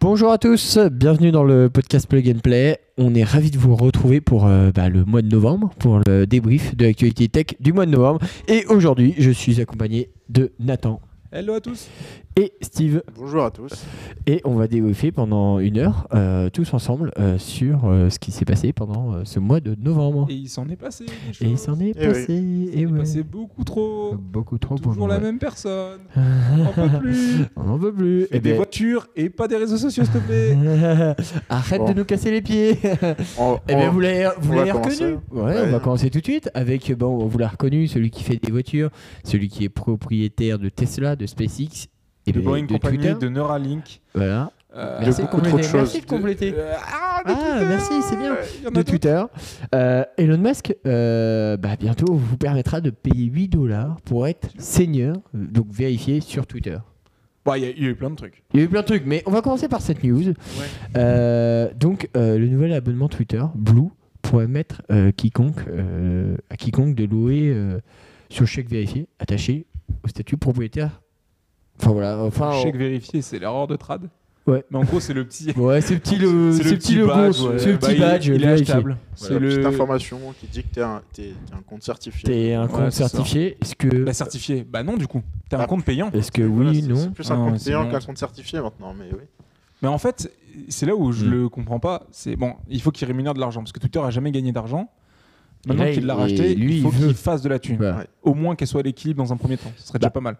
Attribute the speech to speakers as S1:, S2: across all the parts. S1: Bonjour à tous, bienvenue dans le podcast Plug and Play. On est ravi de vous retrouver pour euh, bah, le mois de novembre, pour le débrief de l'actualité tech du mois de novembre. Et aujourd'hui, je suis accompagné de Nathan
S2: Hello à tous.
S1: et Steve.
S3: Bonjour à tous.
S1: Et on va débriefer pendant une heure, euh, tous ensemble, euh, sur euh, ce qui s'est passé pendant euh, ce mois de novembre.
S2: Et il s'en est passé des
S1: Et
S2: choses.
S1: il s'en est
S3: Eh oui.
S1: passé.
S2: Il
S1: eh
S2: est
S1: ouais. Ah,
S2: passé beaucoup trop.
S1: Beaucoup trop pour
S2: Toujours
S1: nous,
S2: la
S1: ouais.
S2: même personne. On peut plus.
S1: On n'en veut plus.
S2: Et
S1: Eh
S2: des
S1: ben-
S2: voitures et pas des réseaux sociaux, s'il te plaît.
S1: Arrête
S3: Bon.
S1: de nous casser les pieds.
S3: On-
S1: Eh bien,
S3: on-
S1: vous l'avez vous
S3: on
S1: l'avez
S3: va
S1: reconnu.
S3: commencer.
S1: Ouais, on
S3: Ouais.
S1: va commencer tout de suite avec, bon, on vous l'a reconnu, celui qui fait des voitures, celui qui est propriétaire de Tesla, de SpaceX, et
S2: de
S1: ben,
S2: Boeing
S1: de
S2: Company,
S1: Twitter.
S2: de Neuralink.
S1: Voilà.
S2: euh,
S1: Merci
S3: beaucoup trop de
S1: compléter.
S3: choses.
S1: Merci de compléter.
S2: euh, ah, de
S1: Ah,
S2: Twitter.
S1: merci, c'est bien.
S2: Il y en a
S1: De
S2: d'autres.
S1: Twitter. Euh, Elon Musk, euh, bah, bientôt, vous permettra de payer 8 dollars pour être seigneur, euh, donc vérifié sur Twitter.
S2: Bon, Bah, Il y a il y a eu plein de trucs.
S1: Il y a eu plein de trucs, mais on va commencer par cette news. Euh, donc, euh, le nouvel abonnement Twitter, Blue, pourrait mettre euh, quiconque, euh, à quiconque de louer euh, sur chèque vérifié attaché au statut propriétaire. Enfin voilà, enfin.
S2: Chèque vérifié, c'est l'erreur de trad.
S1: Ouais.
S2: Mais en gros, c'est le petit.
S1: on- Ouais, ce petit, le,
S2: c'est
S1: ce petit logo,
S2: badge, ouais.
S1: ce
S2: Bah,
S1: petit
S2: il-
S1: badge,
S2: Il est
S1: vérifié.
S2: achetable.
S3: Voilà,
S2: C'est
S3: petite
S2: le.
S3: information qui dit que t'es un, t'es- t'es un compte certifié.
S1: T'es un compte
S2: Ouais, c'est ça.
S1: certifié. Est-ce que,
S2: Bah, certifié. Bah non, du coup. T'as un
S3: Ah.
S2: compte payant.
S1: est-ce que
S3: Voilà,
S1: oui,
S3: c'est- C'est
S1: non
S3: plus un
S2: Ah,
S3: compte
S2: c'est
S3: payant
S2: bon.
S3: qu'un compte certifié maintenant, mais oui.
S2: Mais en fait, c'est là où je
S1: Mm.
S2: le comprends pas. C'est bon, il faut qu'il rémunère de l'argent parce que Twitter a jamais gagné d'argent. Maintenant
S1: Là,
S2: qu'il l'a
S1: il-
S2: racheté,
S1: lui,
S2: il faut
S1: il veut.
S2: qu'il fasse de la thune.
S1: Voilà.
S2: Au moins qu'elle soit à l'équilibre dans un premier temps. Ce serait déjà
S1: Bah,
S2: pas mal.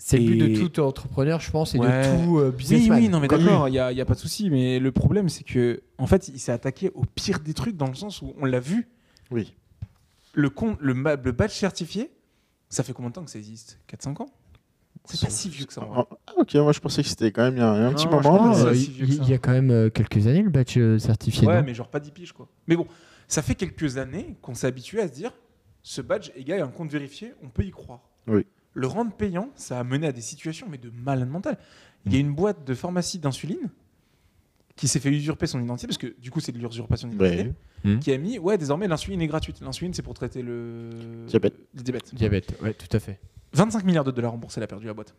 S1: C'est le
S2: Et-
S1: but de tout entrepreneur, je pense, et
S2: Ouais.
S1: de tout euh, businessman.
S2: oui, oui, non, mais
S1: Comme
S2: d'accord, il n'y a, y a pas de souci. Mais le problème, c'est que en fait, il s'est attaqué au pire des trucs dans le sens où on l'a vu.
S3: Oui.
S2: Le, compte, le, ma- le badge certifié, ça fait combien de temps que ça existe 4-5 ans C'est pas si vieux que ça. en vrai.
S3: Ah, ah, ok, moi je pensais que c'était quand même il y a un, un petit
S2: Non, je
S3: moment.
S2: crois
S1: Ah,
S2: que
S1: euh,
S2: c'est-
S3: mais-
S2: si vieux
S1: il
S2: que
S1: il
S2: ça.
S1: y, a quand même euh, quelques années le badge euh, certifié.
S2: Ouais,
S1: non
S2: mais genre pas 10 piges quoi. Mais bon, ça fait quelques années qu'on s'est habitué à se dire ce badge égale un compte vérifié, on peut y croire.
S3: Oui.
S2: Le rendre payant, ça a mené à des situations mais de malade mental. Il y
S3: Mm.
S2: a une boîte de pharmacie d'insuline qui s'est fait usurper son identité parce que du coup c'est de l'usurpation d'identité
S3: Ouais.
S2: qui a mis ouais désormais l'insuline est gratuite. L'insuline c'est pour traiter le
S3: Diabète.
S2: le diabète.
S1: Diabète, ouais, tout à fait.
S2: 25 milliards de dollars remboursés, elle a perdu la boîte.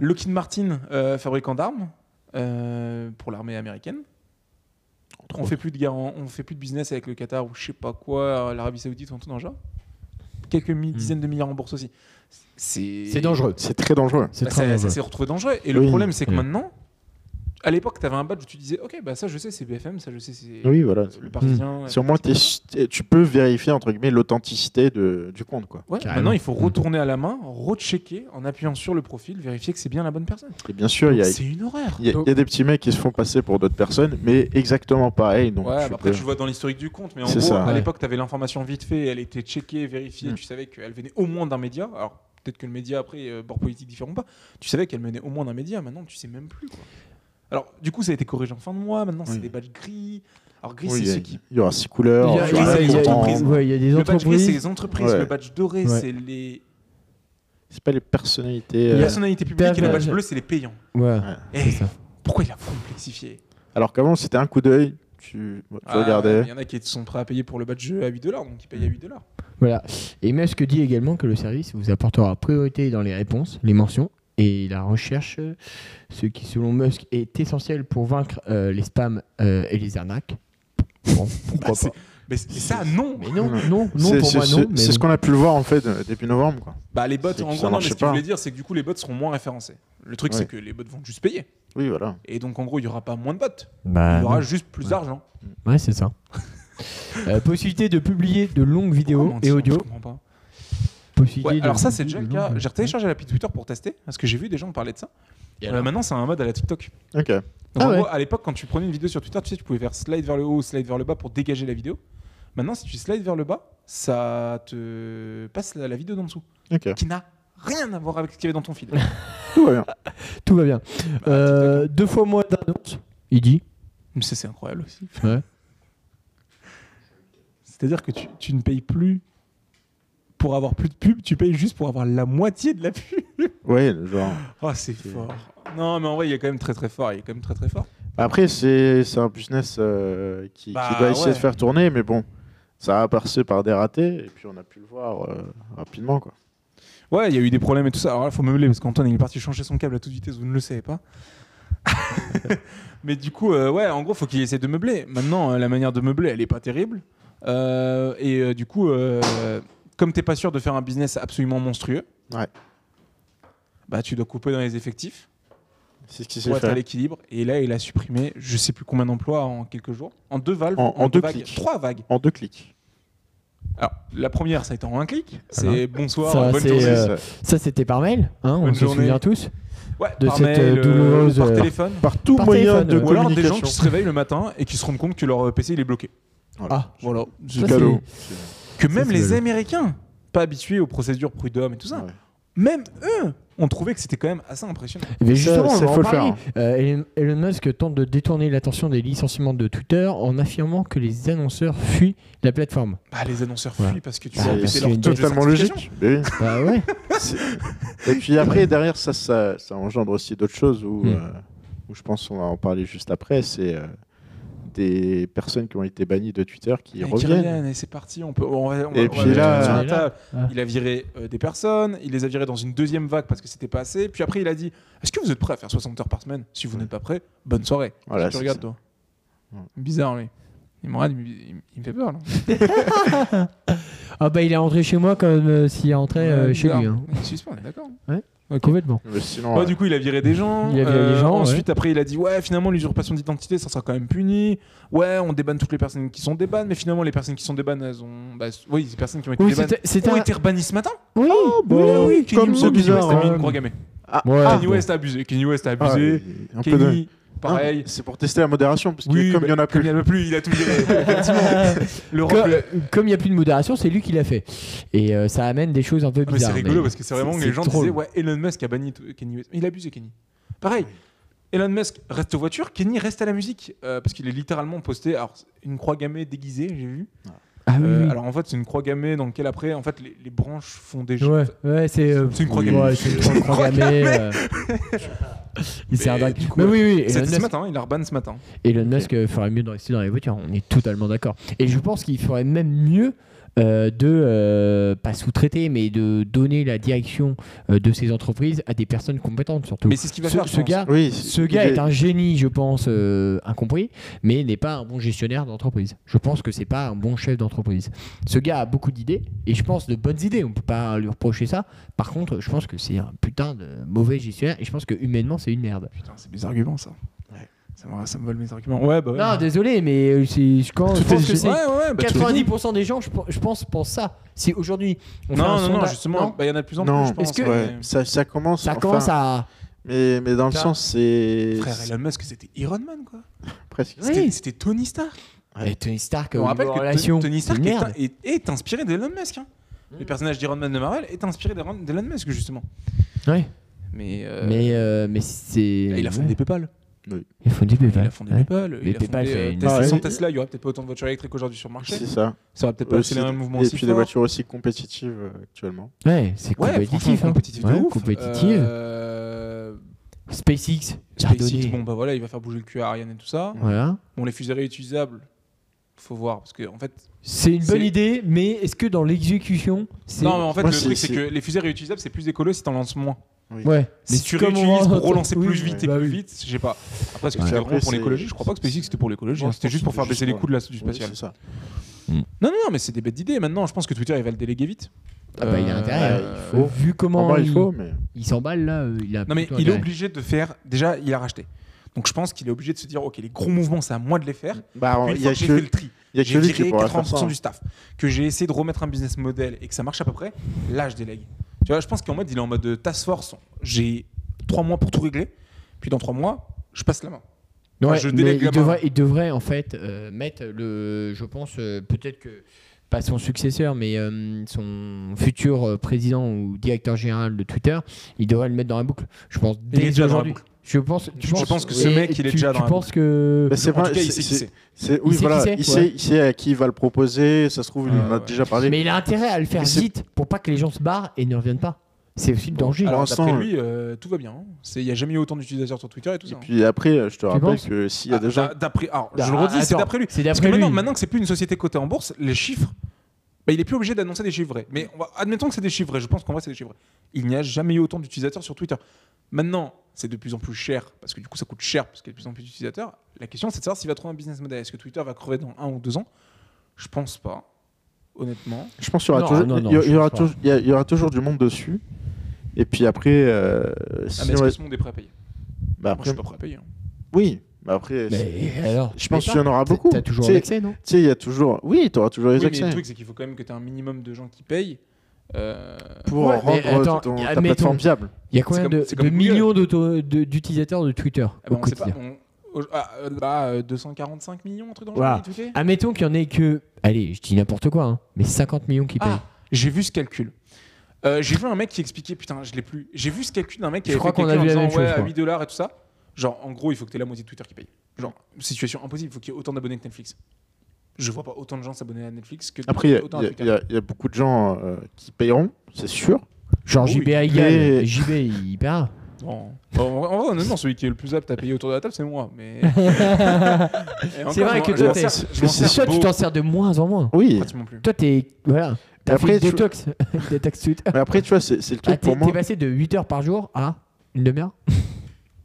S2: Lockheed Martin, euh, fabricant d'armes euh, pour l'armée américaine. On fait plus de guerre, en- on fait plus de business avec le Qatar ou je sais pas quoi, euh, l'Arabie Saoudite, on tourne en genre. Quelques mi-
S1: Hmm.
S2: dizaines de milliards en bourse aussi. C'est
S1: C'est dangereux.
S3: C'est très dangereux.
S1: C'est
S2: Bah,
S1: très
S2: ça, ça
S1: dangereux.
S2: s'est retrouvé dangereux. Et le
S3: Oui.
S2: problème, c'est que
S1: Oui.
S2: maintenant, à l'époque, tu avais un badge où tu disais, ok, bah ça je sais, c'est BFM, ça je sais, c'est
S3: Oui, bah, hmm, voilà.
S2: le Parisien.
S3: C'est au moins t'es su- t'es- tu peux vérifier entre guillemets l'authenticité de- du compte quoi.
S2: Ouais,
S1: Carrément.
S2: maintenant, il faut retourner à la main, rechecker en appuyant sur le profil, vérifier que c'est bien la bonne personne.
S3: Et bien sûr, il y a,
S2: C'est une horreur.
S3: il y a- il y a des petits mecs qui se font passer pour d'autres personnes, mais exactement pareil. Donc
S2: Ouais,
S3: tu
S2: bah après,
S3: peux-
S2: tu le vois dans l'historique du compte, mais en
S3: C'est
S2: gros,
S3: ça,
S2: à
S1: ouais.
S2: l'époque, tu avais l'information vite fait, elle était checkée, vérifiée,
S3: Mm.
S2: tu savais qu'elle venait au moins d'un média. Alors, peut-être que le média, après, euh, bord politique différent ou pas, tu savais qu'elle venait au moins d'un média, maintenant, tu sais même plus. Quoi. Alors, du coup, ça a été corrigé en fin de mois, maintenant, c'est
S3: Oui.
S2: des badges gris. Alors, gris, c'est
S3: Oui, il y a-
S2: ceux qui.
S3: il y aura six couleurs.
S1: Il y a-
S3: tu
S1: il y
S3: auras
S1: a-
S2: les
S1: il y a-
S3: un
S2: entreprises.
S3: content.
S1: ouais, il y a des
S2: Le badge gris, c'est
S1: entreprises.
S2: les entreprises,
S3: Ouais.
S2: le badge doré,
S1: Ouais.
S2: c'est les
S3: C'est pas les personnalités.
S1: Il y a-
S3: euh,
S2: personnalités publiques, et le
S1: Pervers.
S2: badge bleu, c'est Eh. les payants.
S1: Ouais,
S3: ouais.
S2: Et
S1: c'est ça.
S2: pourquoi il a complexifié
S3: Alors qu'avant, c'était un coup d'œil, tu, tu
S2: Ah,
S3: regardais.
S2: Il y en a qui sont prêts à payer pour le badge à 8 dollars, donc ils payent à 8 dollars.
S1: Voilà. Et Musk dit également que le service vous apportera priorité dans les réponses, les mentions et la recherche, euh, ce qui selon Musk est essentiel pour vaincre euh, les spams euh, et les arnaques. Bon, pourquoi
S2: Bah, c'est-
S1: pas.
S2: Mais c'est- mais ça, non
S1: Mais non, non, non
S3: C'est-
S1: pour
S3: c'est-
S1: moi
S3: c'est-
S1: non. mais
S3: C'est ce
S1: bon.
S3: qu'on a pu le voir en fait euh, depuis novembre. Quoi.
S2: Bah les bots,
S3: C'est
S2: en
S3: que
S2: gros,
S3: ça
S2: non, mais
S3: marchait
S2: ce que
S3: pas.
S2: je voulais dire, c'est que du coup, les bots seront moins référencés. Le truc,
S3: Ouais.
S2: c'est que les bots vont juste payer.
S3: Oui, voilà.
S2: Et donc, en gros, il n'y aura pas moins de bots.
S1: Bah,
S2: il y
S1: non.
S2: aura juste plus
S1: Ouais.
S2: d'argent.
S1: Ouais, c'est ça. Euh, possibilité de publier de longues vidéos
S2: Comment
S1: et
S2: dire,
S1: audio.
S2: je comprends pas.
S1: Possibilité
S2: Ouais,
S1: de
S2: alors ça,
S1: publier
S2: c'est déjà
S1: de
S2: le cas.
S1: longues-
S2: J'ai téléchargé l'appli Twitter pour tester, parce que j'ai vu des gens parler de ça.
S1: Et
S2: Euh,
S1: alors
S2: maintenant, c'est un mode à la TikTok.
S3: Ok.
S2: Donc,
S1: Ah
S2: en
S1: ouais.
S2: gros, à l'époque, quand tu prenais une vidéo sur Twitter, tu sais, tu pouvais faire slide vers le haut, slide vers le bas pour dégager la vidéo. Maintenant, si tu slides vers le bas, ça te passe la, la vidéo d'en dessous,
S3: Ok.
S2: qui n'a rien à voir avec ce qu'il y avait dans ton feed.
S3: Tout va bien.
S1: Bah, Tout va bien. Euh, deux fois moins d'annonces, il dit.
S2: Mais ça, c'est incroyable aussi.
S1: Ouais.
S2: C'est-à-dire que tu, tu ne payes plus pour avoir plus de pub, tu payes juste pour avoir la moitié de la pub.
S3: Ouais, genre.
S2: Oh, c'est fort. Non, mais en vrai, il est quand même très très fort. Il est quand même très très fort.
S3: Après, c'est c'est un business euh, qui, qui
S2: Bah,
S3: doit essayer
S2: ouais.
S3: de faire tourner, mais bon, ça a passé par des ratés, et puis on a pu le voir euh, rapidement. Quoi.
S2: Ouais, il y a eu des problèmes et tout ça. Alors là, faut meubler parce qu'Antoine, il est parti changer son câble à toute vitesse, vous ne le savez pas. Mais du coup, euh, ouais, en gros, faut qu'il essaie de meubler. Maintenant, euh, la manière de meubler, elle est pas terrible. Euh, et euh, du coup, euh, comme t'es pas sûr de faire un business absolument monstrueux,
S3: Ouais.
S2: bah tu dois couper dans les effectifs
S3: C'est ce qui
S2: pour
S3: s'est
S2: être à
S3: fait.
S2: l'équilibre. Et là, il a supprimé, je sais plus combien d'emplois en quelques jours, en deux valves,
S3: En- en deux
S2: vagues,
S3: clics.
S2: trois vagues.
S3: En deux clics.
S2: Alors, la première, ça a été en un
S3: Ah
S2: clic. C'est
S1: Voilà.
S2: bonsoir,
S1: Ça,
S2: bonne
S1: c'est,
S2: journée.
S1: euh,
S3: C'est ça.
S1: Ça, c'était par mail, hein, on
S2: Bonne
S1: se
S2: journée.
S1: souvient tous.
S2: Ouais,
S1: de
S2: par
S1: cette,
S2: mail,
S1: euh,
S2: euh,
S1: douloureuse,
S2: par
S1: euh,
S2: téléphone.
S3: Par tout
S1: Par
S3: moyen
S1: téléphone,
S3: de
S1: ouais.
S2: Ou alors des gens
S3: communication.
S2: qui se réveillent le matin et qui se rendent compte que leur euh, PC il est bloqué.
S1: Ah,
S2: Voilà.
S3: C'est
S1: Ça,
S3: cadeau.
S2: Que même
S1: c'est
S2: les
S1: le-
S2: Américains, pas habitués aux procédures prud'hommes et tout ça,
S3: Ouais.
S2: même eux ont trouvé que c'était quand même assez impressionnant.
S1: Mais
S3: Ça,
S1: Eh justement,
S3: ça,
S1: on va en
S3: faut le
S1: parler.
S3: faire.
S1: Euh, Elon- Elon Musk tente de détourner l'attention des licenciements de Twitter en affirmant que les annonceurs fuient la plateforme.
S2: Bah, les annonceurs
S1: Ouais.
S2: fuient parce que tu
S1: Bah,
S2: vas
S1: parce
S2: baisser
S1: qu'il
S2: leur
S1: y a une
S2: taux de
S3: Totalement
S2: certification.
S3: logique. Mais oui.
S1: Bah ouais.
S3: Et puis après, derrière, ça, ça, ça engendre aussi d'autres choses où,
S2: Mm.
S1: Hmm.
S3: euh, où je pense qu'on va en parler juste après. C'est euh, des personnes qui ont été bannies de Twitter qui
S2: Et Ah, qui
S3: reviennent.
S2: reviennent, et c'est parti. On peut, on va- on
S3: Et
S2: va- on
S3: puis
S2: va mettre
S3: là-
S2: sur la
S1: On est là.
S2: table.
S1: Ah.
S2: il a viré euh, des personnes, il les a virés dans une deuxième vague parce que c'était pas assez. Puis après, il a dit Est-ce que vous êtes prêts à faire 60 heures par semaine Si vous n'êtes pas prêts, bonne soirée.
S3: Voilà,
S2: tu
S3: c'est
S2: regardes,
S3: ça.
S2: toi.
S3: Ouais.
S2: Bizarre, lui. Il me regarde, il me- il me- il me fait peur. Là.
S1: Ah bah il est rentré chez moi comme euh, s'il est rentré euh,
S2: Ouais,
S1: chez
S2: bizarre.
S1: lui. hein.
S2: Il suspend, on est d'accord.
S1: Complètement.
S3: Mais sinon,
S2: Ouais,
S3: euh,
S2: du coup, il a viré des gens. euh,
S1: Il a viré des gens,
S2: Ensuite, après, il a dit Ouais, finalement, l'usurpation d'identité, ça sera quand même puni. Ouais, on débanne toutes les personnes qui sont débannes. Mais finalement, les personnes qui sont débannes, elles ont. Bah, oui, les personnes qui ont été
S1: Oui,
S2: débannes
S1: c'était- c'était
S2: ont
S1: un-
S2: été rebannies ce matin.
S1: Oui,
S2: Oh,
S3: bah,
S1: oui, Ah.
S2: Kanye
S3: comme
S2: West-
S3: c'est
S2: Kanye
S3: bizarre,
S2: West a mis une
S1: hein.
S2: croix gammée.
S1: Ouais.
S2: Kanye West a abusé. Kanye West a
S3: ah,
S2: abusé.
S3: un peu de...
S2: Kanye,
S3: Non,
S2: pareil.
S1: Hein
S3: C'est pour tester la modération, parce que
S2: Oui,
S3: comme il y en
S2: bah,
S3: a plus.
S2: Comme il y en a plus, il a tout viré. Effectivement. Le
S1: Comme-
S2: rap- le-
S1: Comme il n'y a plus de modération, c'est lui qui l'a fait. Et euh, ça amène des choses un peu
S2: Ah, mais c'est
S1: bizarres.
S2: rigolo
S1: mais
S2: parce que c'est vraiment que les gens
S1: drôle.
S2: disaient Ouais, Elon Musk a banni tout- Kanye West. Il a abusé, Kanye. Pareil. Elon Musk reste aux voitures, Kenny reste à la musique euh, parce qu'il est littéralement posté alors c'est une croix gammée déguisée, j'ai vu.
S1: Ah oui,
S2: Euh,
S1: oui.
S2: alors en fait, c'est une croix gammée dans laquelle après en fait les, les branches font des
S1: Ouais, ouais, c'est. euh,
S2: C'est une croix
S1: ouais,
S2: gammée.
S1: c'est une croix- croix gammée, euh. Il s'est
S2: Mais
S1: dingue.
S2: du coup, euh,
S1: Mais
S2: ouais.
S1: oui, oui. Elon
S2: C'était ce
S1: Musk-
S2: matin, hein, il a rebanne ce matin.
S1: Elon Musk euh, ferait mieux de rester dans les voitures, on est totalement d'accord. Et je pense qu'il ferait même mieux euh, de, euh, pas sous-traiter, mais de donner la direction euh, de ces entreprises à des personnes compétentes surtout.
S2: Mais c'est ce qu'il va
S1: ce,
S2: faire. je
S1: ce
S2: pense.
S1: gars,
S3: Oui,
S1: ce
S3: il
S1: gars est... un génie, je pense, euh, incompris, mais n'est pas un bon gestionnaire d'entreprise. Je pense que c'est pas un bon chef d'entreprise. Ce gars a beaucoup d'idées, et je pense de bonnes idées, on peut pas lui reprocher ça. Par contre, je pense que c'est un putain de mauvais gestionnaire, et je pense que humainement, c'est une merde.
S2: Putain, c'est mes arguments ça.
S3: Ouais.
S2: Ça me, ça me vole mes arguments. Ouais, bah ouais.
S1: Non, désolé, mais euh, c'est- je quand- je
S3: Tout est
S1: pense que
S3: gé-
S1: c'est
S2: Ouais, ouais, bah, tu l'as dit.
S1: 90% des gens, je, pe- je pense, pensent ça. Si aujourd'hui, on fait un
S2: Non, non, non,
S1: sondage-
S2: justement, bah, il y en a de plus en
S3: Non,
S2: plus, je pense.
S1: Est-ce que-
S2: ouais.
S3: ouais, ça, ça commence.
S1: ça
S3: enfin,
S1: commence à.
S3: Mais, mais dans le
S1: Ça-
S3: sens, c'est.
S2: Frère
S3: c'est
S2: Elon Musk, c'était Iron Man, quoi.
S3: Presque.
S1: Oui.
S2: C'était- C'était Tony Stark.
S1: Et euh, Tony Stark,
S2: On
S1: au
S2: rappelle
S1: niveau
S2: que
S1: relation,
S2: Tony- Tony Stark
S1: c'est une
S2: est,
S1: merde.
S2: est- est inspiré d'Elon Musk. hein. Le personnage d'Iron Man de Marvel est inspiré d'Iron- d'Elon Musk, justement.
S1: Ouais.
S2: Mais, euh,
S1: mais euh, mais c'est.
S2: il a fondé PayPal.
S1: Il a fondé
S2: Il
S1: PayPal.
S2: a fondé
S1: Ouais.
S2: PayPal.
S1: Mais
S2: Il a
S1: PayPal fait
S2: fondé, euh,
S1: une-
S2: Tesla.
S3: Ouais.
S2: Sans Tesla, il n'y aurait peut-être pas autant de voitures électriques aujourd'hui sur le marché.
S3: C'est ça.
S2: Ça aurait peut-être pas
S3: Aussi-
S2: accéléré un mouvement
S3: et
S2: aussi
S3: puis des
S2: fort.
S3: voitures aussi compétitives euh, actuellement.
S1: Ouais, c'est
S2: Ouais,
S1: compétitif.
S2: franchement,
S1: hein.
S2: compétitif de
S1: Ouais,
S2: ouf.
S1: compétitif.
S2: Euh,
S1: SpaceX,
S2: SpaceX,
S1: Chardonnay.
S2: bon bah voilà, il va faire bouger le cul à Ariane et tout ça.
S1: Voilà.
S2: Bon, les fusées réutilisables, faut voir parce que en fait,
S1: C'est une bonne
S2: C'est-
S1: idée, mais est-ce que dans l'exécution, c'est.
S2: non, mais en fait
S3: Moi,
S2: le
S3: c'est-
S2: truc c'est
S3: c'est-
S2: que les fusées réutilisables c'est plus écolo si t'en lances moins.
S1: Ouais.
S2: Si
S1: Mais
S2: tu
S1: comment-
S2: réutilises pour relancer
S1: Oui,
S2: plus vite et
S1: bah
S2: plus
S1: oui.
S2: vite, je sais pas. Après, est-ce que
S1: Ouais.
S2: c'était
S3: Après,
S2: vraiment pour
S3: c'est-
S2: l'écologie Je crois pas que SpaceX c'était pour l'écologie.
S3: Moi,
S2: hein.
S3: je
S2: C'était
S3: pense
S2: juste pour
S3: que
S2: faire
S3: c'est
S2: baisser
S3: juste
S2: les coûts de la, du
S3: Oui,
S2: spatial.
S3: c'est ça.
S2: non, non, non, mais c'est des bêtes d'idées. Maintenant, je pense que Twitter, il va le déléguer vite.
S1: Ah bah, il a
S2: Euh,
S1: intérêt.
S3: ouais, il
S1: euh, Vu comment
S3: Enfin, Ah bah, il
S1: il,
S3: faut, mais.
S1: il s'emballe là, euh, il a.
S2: Non, mais
S1: plutôt
S2: il est
S1: intérêt.
S2: obligé de faire. Déjà, il a racheté. Donc, je pense qu'il est obligé de se dire ok, les gros mouvements, c'est à moi de les faire.
S3: Bah,
S2: Puis, une
S3: il y
S2: fois
S3: a
S2: que j'ai fait le
S3: que,
S2: tri,
S3: il y a que
S2: j'ai
S3: lui qui
S2: viré
S3: pourra faire
S2: 80%
S3: ça.
S2: du staff, que j'ai essayé de remettre un business model et que ça marche à peu près, là je délègue. Tu vois, je pense qu'en mode il est en mode euh, task force, j'ai trois mois pour tout régler, puis dans trois mois, je passe la main. Enfin,
S1: Ouais,
S2: je
S1: mais
S2: délègue la
S1: il,
S2: main.
S1: devrait, il devrait en fait euh, mettre le, je pense euh, peut-être que pas son successeur, mais euh, son futur euh, président ou directeur général de Twitter, il devrait le mettre dans la boucle. Je pense
S2: Il est
S1: dès
S2: déjà dans la
S1: aujourd'hui.
S2: boucle.
S1: Je pense.
S2: Je pense que ce
S1: et-
S2: mec,
S1: et
S2: il est
S1: tu-
S2: déjà dans
S1: Tu
S2: la
S1: penses que
S3: Mais Bah, c'est
S2: En
S3: pas-
S2: tout cas, il
S3: c'est-
S2: sait qui
S3: c'est-
S2: c'est.
S3: c'est-
S1: Il
S3: Oui,
S1: sait qui
S3: voilà.
S1: c'est,
S3: Il
S1: ouais.
S3: sait il sait à qui il va le proposer. Ça se trouve, il
S2: Ah,
S3: en a
S2: ouais.
S3: déjà parlé.
S1: Mais il a intérêt à le faire
S3: Mais Bah, c'est-
S1: vite pour pas que les gens se barrent et ne reviennent pas. C'est aussi le danger.
S2: Alors
S3: l'instant,
S2: d'après
S3: euh,
S2: lui, euh, tout va bien. hein. C'est- Il n'y a jamais eu autant d'utilisateurs sur Twitter et tout
S3: Et
S2: ça.
S3: puis après, euh, je te rappelle
S1: penses
S3: que s'il y a
S2: Ah,
S3: des gens. Bah,
S2: d'a- d'après- alors,
S1: Ah,
S2: je le redis, c'est
S1: attends,
S2: d'après lui.
S1: c'est
S2: Parce que
S1: d'après
S2: maintenant,
S1: lui.
S2: maintenant que c'est plus une société cotée en bourse, les chiffres, bah, il est plus obligé d'annoncer des chiffres vrais. Mais on va- admettons que c'est des chiffres vrais. Je pense qu'en vrai, c'est des chiffres vrais. Il n'y a jamais eu autant d'utilisateurs sur Twitter. Maintenant, c'est de plus en plus cher, parce que du coup ça coûte cher, parce qu'il y a de plus en plus d'utilisateurs. La question c'est de savoir s'il va trouver un business model. Est-ce que Twitter va crever dans un ou deux ans Je pense pas, honnêtement. Ah,
S3: Je pense qu'il y aura
S1: Non,
S3: toujours-
S1: non, non,
S3: il y a-
S1: je
S3: il y aura
S1: pense pas.
S3: toujours- il y a- il y aura toujours du monde dessus. Et puis après, euh,
S2: Ah,
S3: si
S2: mais est-ce
S3: on-
S2: que ce monde est prêt à payer
S3: bah,
S2: Moi
S3: après-
S2: je suis pas prêt à payer. hein.
S3: oui, mais après, c'est-
S1: Mais alors,
S3: je pense qu'il y en aura beaucoup.
S1: T'as toujours
S3: Tu sais-
S1: l'accès, non
S3: tu sais, il y a toujours, oui, tu auras toujours les
S2: Oui, mais
S3: accès
S2: le truc c'est qu'il faut quand même que tu aies un minimum de gens qui payent. Euh,
S3: pour
S1: Ouais, mais
S3: rendre
S1: attends,
S3: ton- ta
S1: admettons.
S3: plateforme viable.
S1: Il y a combien
S2: comme-
S1: de,
S2: c'est
S1: de
S2: comme Google.
S1: millions d'auto- de- d'utilisateurs de Twitter
S2: ah
S1: au
S2: bah, on sait pas,
S1: quotidien
S2: on- au- ah, euh, là, euh, 245 millions, un truc dans le
S1: Voilà.
S2: genre, tout est
S1: Admettons qu'il y en ait que, allez, je dis n'importe quoi, hein, mais 50 millions qui payent.
S2: Ah, j'ai vu ce calcul. Euh, j'ai vu un mec qui expliquait, putain, je l'ai plus. J'ai vu ce calcul d'un mec qui
S1: Je
S2: avait
S1: crois
S2: fait
S1: qu'on a
S2: calcul en
S1: vu la
S2: disant,
S1: même chose,
S2: ouais,
S1: je
S2: à
S1: crois.
S2: 8 dollars et tout ça. Genre, en gros, il faut que tu aies la moitié de Twitter qui paye. Genre, situation impossible, il faut qu'il y ait autant d'abonnés que Netflix. Je vois pas autant de gens s'abonner à Netflix que
S3: Après, il y a-
S2: autant
S3: il y,
S2: à
S3: a-
S2: Twitter.
S3: il y a- il y a beaucoup de gens euh, qui paieront, c'est sûr.
S1: Genre
S2: oui,
S1: JB
S3: mais-
S1: Hagan, JB, il paiera.
S2: Bon. Bon, en vrai, honnêtement, celui qui est le plus apte à payer autour de la table, c'est moi. Mais...
S1: C'est vrai que toi, t'es-
S3: C'est
S1: Toi, tu t'en sers de moins en moins.
S3: Oui,
S2: pratiquement plus.
S1: Toi, t'es. Voilà. T'as
S3: après,
S1: fait
S3: tu-
S1: détox. détox Twitter.
S3: mais après, tu vois, c'est c'est le
S1: Ah,
S3: truc
S1: t'es
S3: pour moi.
S1: t'es passé de 8 heures par jour à une demi-heure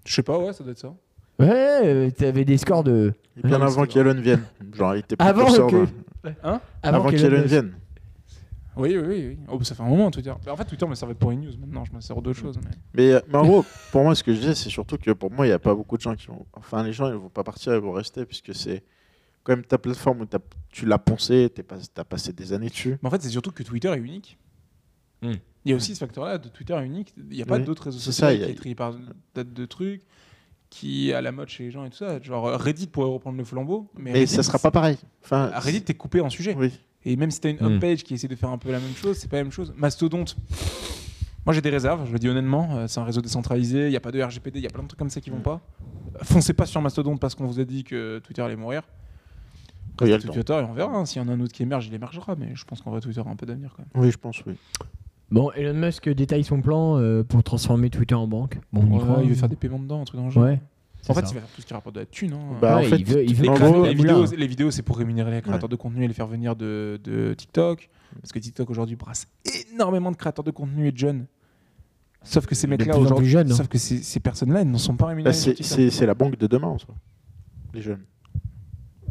S2: Je sais pas, ouais, ça doit être ça.
S1: Ouais, euh, t'avais des scores de.
S3: Bien
S2: Non,
S3: avant
S2: c'est vrai.
S3: qu'Elon vienne. Genre, il était
S1: Avant
S3: précurseur
S1: que-
S3: de-
S2: Hein
S3: avant
S1: qu'Elon
S3: qu'Elon
S1: Musk-
S3: vienne.
S2: Oui, oui, oui. oui. Oh, bah, ça fait un moment, Twitter. Mais En fait, Twitter me servait pour les news maintenant, je me sers d'autres choses. mais-
S3: Mais, euh, mais en gros, pour moi, ce que je disais, c'est surtout que pour moi, il n'y a pas beaucoup de gens qui vont. Enfin, les gens, ils vont pas partir, ils vont rester, puisque c'est quand même ta plateforme où t'as- tu l'as poncée, tu as passé des années dessus.
S2: Mais en fait, c'est surtout que Twitter est unique.
S1: Hmm.
S2: Il y a aussi ce facteur-là de Twitter est unique. Il n'y a pas
S3: Oui.
S2: d'autres réseaux
S3: C'est
S2: sociaux
S3: ça, il y
S2: qui
S3: a-
S2: est trié par date de trucs, qui est à la mode chez les gens et tout ça. Genre euh, Reddit pourrait reprendre le flambeau, mais,
S3: Mais
S2: Reddit,
S3: ça sera pas pareil. Enfin,
S2: à Reddit, t'es coupé en sujet.
S3: oui.
S2: Et même si t'as une
S1: Hmm.
S2: homepage qui essaie de faire un peu la même chose, c'est pas la même chose. Mastodonte. Moi j'ai des réserves, je le dis honnêtement, Euh, c'est un réseau décentralisé, il n'y a pas de RGPD, il y a plein de trucs comme ça qui vont
S1: Hmm.
S2: pas. Foncez pas sur Mastodonte parce qu'on vous a dit que Twitter allait mourir.
S3: Quand il y a le
S2: Tout
S3: temps.
S2: Twitter et on verra, hein. s'il y en a un autre qui émerge, il émergera, mais je pense qu'en vrai Twitter a un peu d'avenir quand même.
S3: Oui, je pense, oui.
S1: Bon, Elon Musk détaille son plan euh, pour transformer Twitter en banque. Bon, on y
S2: Ouais,
S1: croit.
S2: il veut faire des paiements dedans, un truc dans le genre.
S1: Ouais.
S2: En
S1: c'est
S2: fait,
S1: ça.
S2: il va faire tout ce qui rapporte de la thune. hein.
S3: Bah, en
S1: Ouais,
S3: fait,
S1: il veut, il veut
S2: les,
S3: en
S2: cré-
S3: gros,
S2: les
S1: il voulait
S2: vidéos,
S1: un-
S2: les vidéos, c'est pour rémunérer les créateurs de contenu et les faire venir de, de TikTok. Parce que TikTok aujourd'hui brasse énormément de créateurs de contenu et de jeunes. Sauf que ces
S1: De
S2: mecs-là
S1: plus en plus
S2: aujourd'hui,
S1: jeunes, hein.
S2: sauf que ces, ces personnes-là, elles ne sont pas
S3: Là,
S2: rémunérées. sur
S3: Bah, c'est
S2: TikTok.
S3: c'est- c'est la banque de demain, en soi. Les jeunes.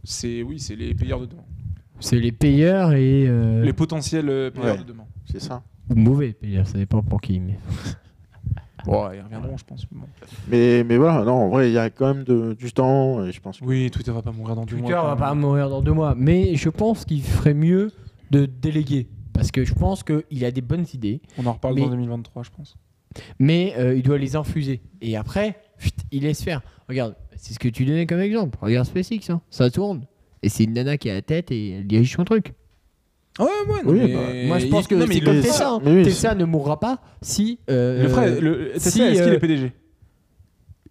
S2: C'est oui, c'est les payeurs de demain,
S1: C'est les payeurs et. euh,
S2: les potentiels euh, payeurs
S3: Ouais.
S2: de demain.
S3: C'est ça.
S1: Ou mauvais payeurs, ça dépend pour qui. Mais...
S2: Bon, ouais, ils reviendront, je pense. Bon.
S3: Mais, mais voilà, non, en vrai, il y a quand même de- du temps. Et je pense que-
S2: Oui, Twitter va pas mourir dans deux
S1: Twitter
S2: mois. quand
S1: va
S2: même.
S1: pas mourir dans deux mois, mais je pense qu'il ferait mieux de déléguer. Parce que je pense qu'il a des bonnes idées,
S2: On en reparle
S1: Mais-
S2: dans 2023, je pense.
S1: mais euh, il doit les infuser. Et après, pfft, il laisse faire. Regarde, c'est ce que tu donnais comme exemple. Regarde SpaceX, hein, ça tourne. Et c'est une nana qui a la tête et elle dirige son truc.
S2: Ah Ouais, ouais, non,
S3: Oui,
S2: mais-
S3: bah,
S1: Moi, je pense que
S2: non, mais
S1: c'est
S2: il
S1: comme
S2: le
S1: Tessa.
S2: fera.
S1: hein.
S3: mais oui,
S1: Tessa ne mourra pas si euh,
S2: Le frère, le, Tesla,
S1: si,
S2: est-ce qu'il
S1: euh,
S2: est PDG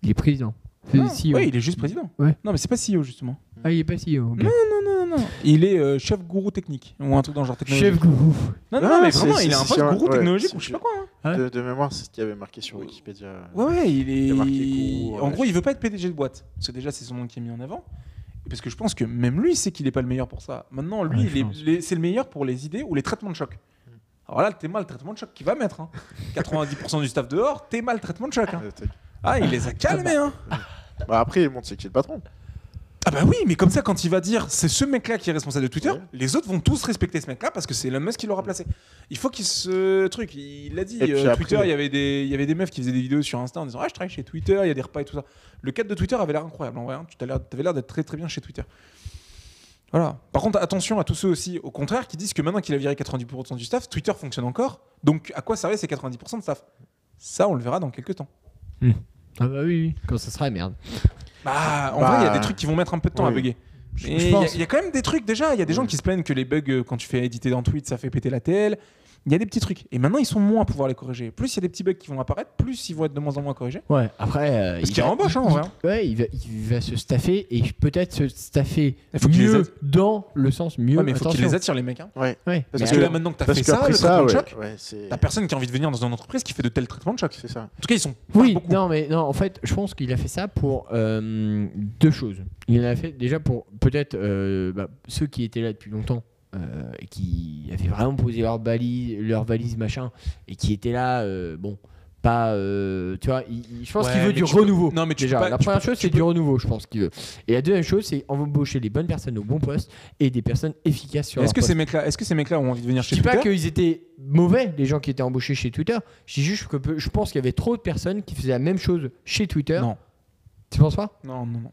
S1: il est président.
S2: Non.
S1: Si,
S2: Ah, Oui, il est juste président.
S1: Ouais.
S2: Non, mais c'est pas CEO justement.
S1: Ah, il est pas si haut. ok.
S2: Non, non, non, non. Il est euh, chef gourou technique ou un truc dans le genre technologique.
S1: Chef gourou.
S2: Non, non,
S3: Ah,
S2: mais
S3: c'est-
S2: vraiment,
S3: c'est-
S2: il a un
S3: c'est
S2: poste
S3: un-
S2: gourou
S3: ouais,
S2: technologique
S3: c'est-
S2: ou je sais pas quoi. hein.
S3: De, de mémoire, c'est ce qu'il y avait marqué sur Wikipédia.
S2: Ouais, ouais, il
S3: a marqué
S2: est.
S3: gourou,
S2: En
S3: ouais.
S2: gros, il veut pas être PDG de boîte. Parce que déjà, c'est son nom qui est mis en avant. Et Parce que je pense que même lui, sait qu'il est pas le meilleur pour ça. Maintenant, lui,
S1: Ouais,
S2: il
S1: je
S2: est-
S1: pense.
S2: les- c'est le meilleur pour les idées ou les traitements de choc.
S3: Hmm.
S2: Alors là, le TMA, le traitement de choc qu'il va mettre. hein. 90% du staff dehors, TMA, le traitement de choc. hein.
S3: Euh, t'as-
S2: Ah, il les a calmés. Hein.
S3: Bah, après, il montre c'est qui le patron.
S2: Ah bah oui, mais comme ça, quand il va dire c'est ce mec-là qui est responsable de Twitter,
S3: Ouais.
S2: les autres vont tous respecter ce mec-là parce que c'est Elon Musk qui l'aura placé. Il faut qu'il se truc. Il l'a dit.
S3: Et puis
S2: euh,
S3: après-
S2: Twitter, il y avait des, il y avait des meufs qui faisaient des vidéos sur Insta en disant ah je travaille chez Twitter, il y a des repas et tout ça. Le cadre de Twitter avait l'air incroyable en vrai. hein. Tu t'as l'air- t'avais l'air d'être très très bien chez Twitter. Voilà. Par contre, attention à tous ceux aussi, au contraire, qui disent que maintenant qu'il a viré 90% du staff, Twitter fonctionne encore. Donc à quoi servaient ces 90% de staff Ça, on le verra dans quelques temps.
S1: Ah bah oui, oui, quand ça sera la merde.
S2: Bah, en
S3: Bah,
S2: vrai, il y a des trucs qui vont mettre un peu de temps à
S3: oui.
S2: bugger.
S1: Je-
S2: Mais
S1: je
S2: Il y, a-
S1: pense.
S2: il y a quand même des trucs déjà. Il y a des gens qui se plaignent que les bugs, euh, quand tu fais éditer dans Tweet, ça fait péter la TL. Il y a des petits trucs. Et maintenant, ils sont moins à pouvoir les corriger. Plus il y a des petits bugs qui vont apparaître, plus ils vont être de moins en moins corrigés.
S1: Ouais, après. euh,
S2: Parce
S1: il
S2: qu'il
S1: va-
S2: réembauche, hein, en vrai.
S1: Ouais, il va, il va se staffer et peut-être se staffer
S2: Il faut qu'il les
S1: mieux
S2: aide.
S1: dans le sens mieux.
S2: Ouais, mais il faut qu'ils
S1: attention.
S2: les attirent, les mecs. hein.
S3: Ouais.
S1: Ouais.
S3: Parce
S1: mais
S2: Parce que
S3: euh,
S2: là, maintenant que t'as
S3: Parce
S2: fait ça,
S3: qu'après
S2: le
S3: ça,
S2: traitement de
S3: ouais,
S2: choc,
S3: ouais, c'est
S2: t'as personne qui a envie de venir dans une entreprise qui fait de tels traitements de choc.
S3: c'est ça.
S2: En tout cas, ils sont pas
S1: Oui,
S2: beaucoup.
S1: non, mais non, en fait, je pense qu'il a fait ça pour euh, deux choses. Il en a fait déjà pour peut-être euh, bah, ceux qui étaient là depuis longtemps euh, et qui avaient vraiment posé leur valise, leur valise machin, et qui étaient là, euh, bon, Pas, euh, tu vois, il- il- je pense
S2: Ouais,
S1: qu'il veut
S2: mais
S1: du
S2: tu peux-
S1: renouveau.
S2: non, mais tu
S1: déjà,
S2: peux pas-
S1: la
S2: tu
S1: première
S2: peux-
S1: chose,
S2: tu
S1: c'est
S2: peux-
S1: du renouveau, je pense qu'il veut. Et la deuxième chose, c'est embaucher les bonnes personnes au bon poste et des personnes efficaces sur
S2: Est-ce
S1: leur
S2: que, ces
S1: poste.
S2: mecs-là, est-ce que ces mecs-là ont envie de venir
S1: Je
S2: chez
S1: dis pas
S2: Twitter
S1: qu'ils étaient mauvais, les gens qui étaient embauchés chez Twitter. Je dis juste que peu- je pense qu'il y avait trop de personnes qui faisaient la même chose chez Twitter.
S2: Non.
S1: Tu penses pas
S2: Non, non, non.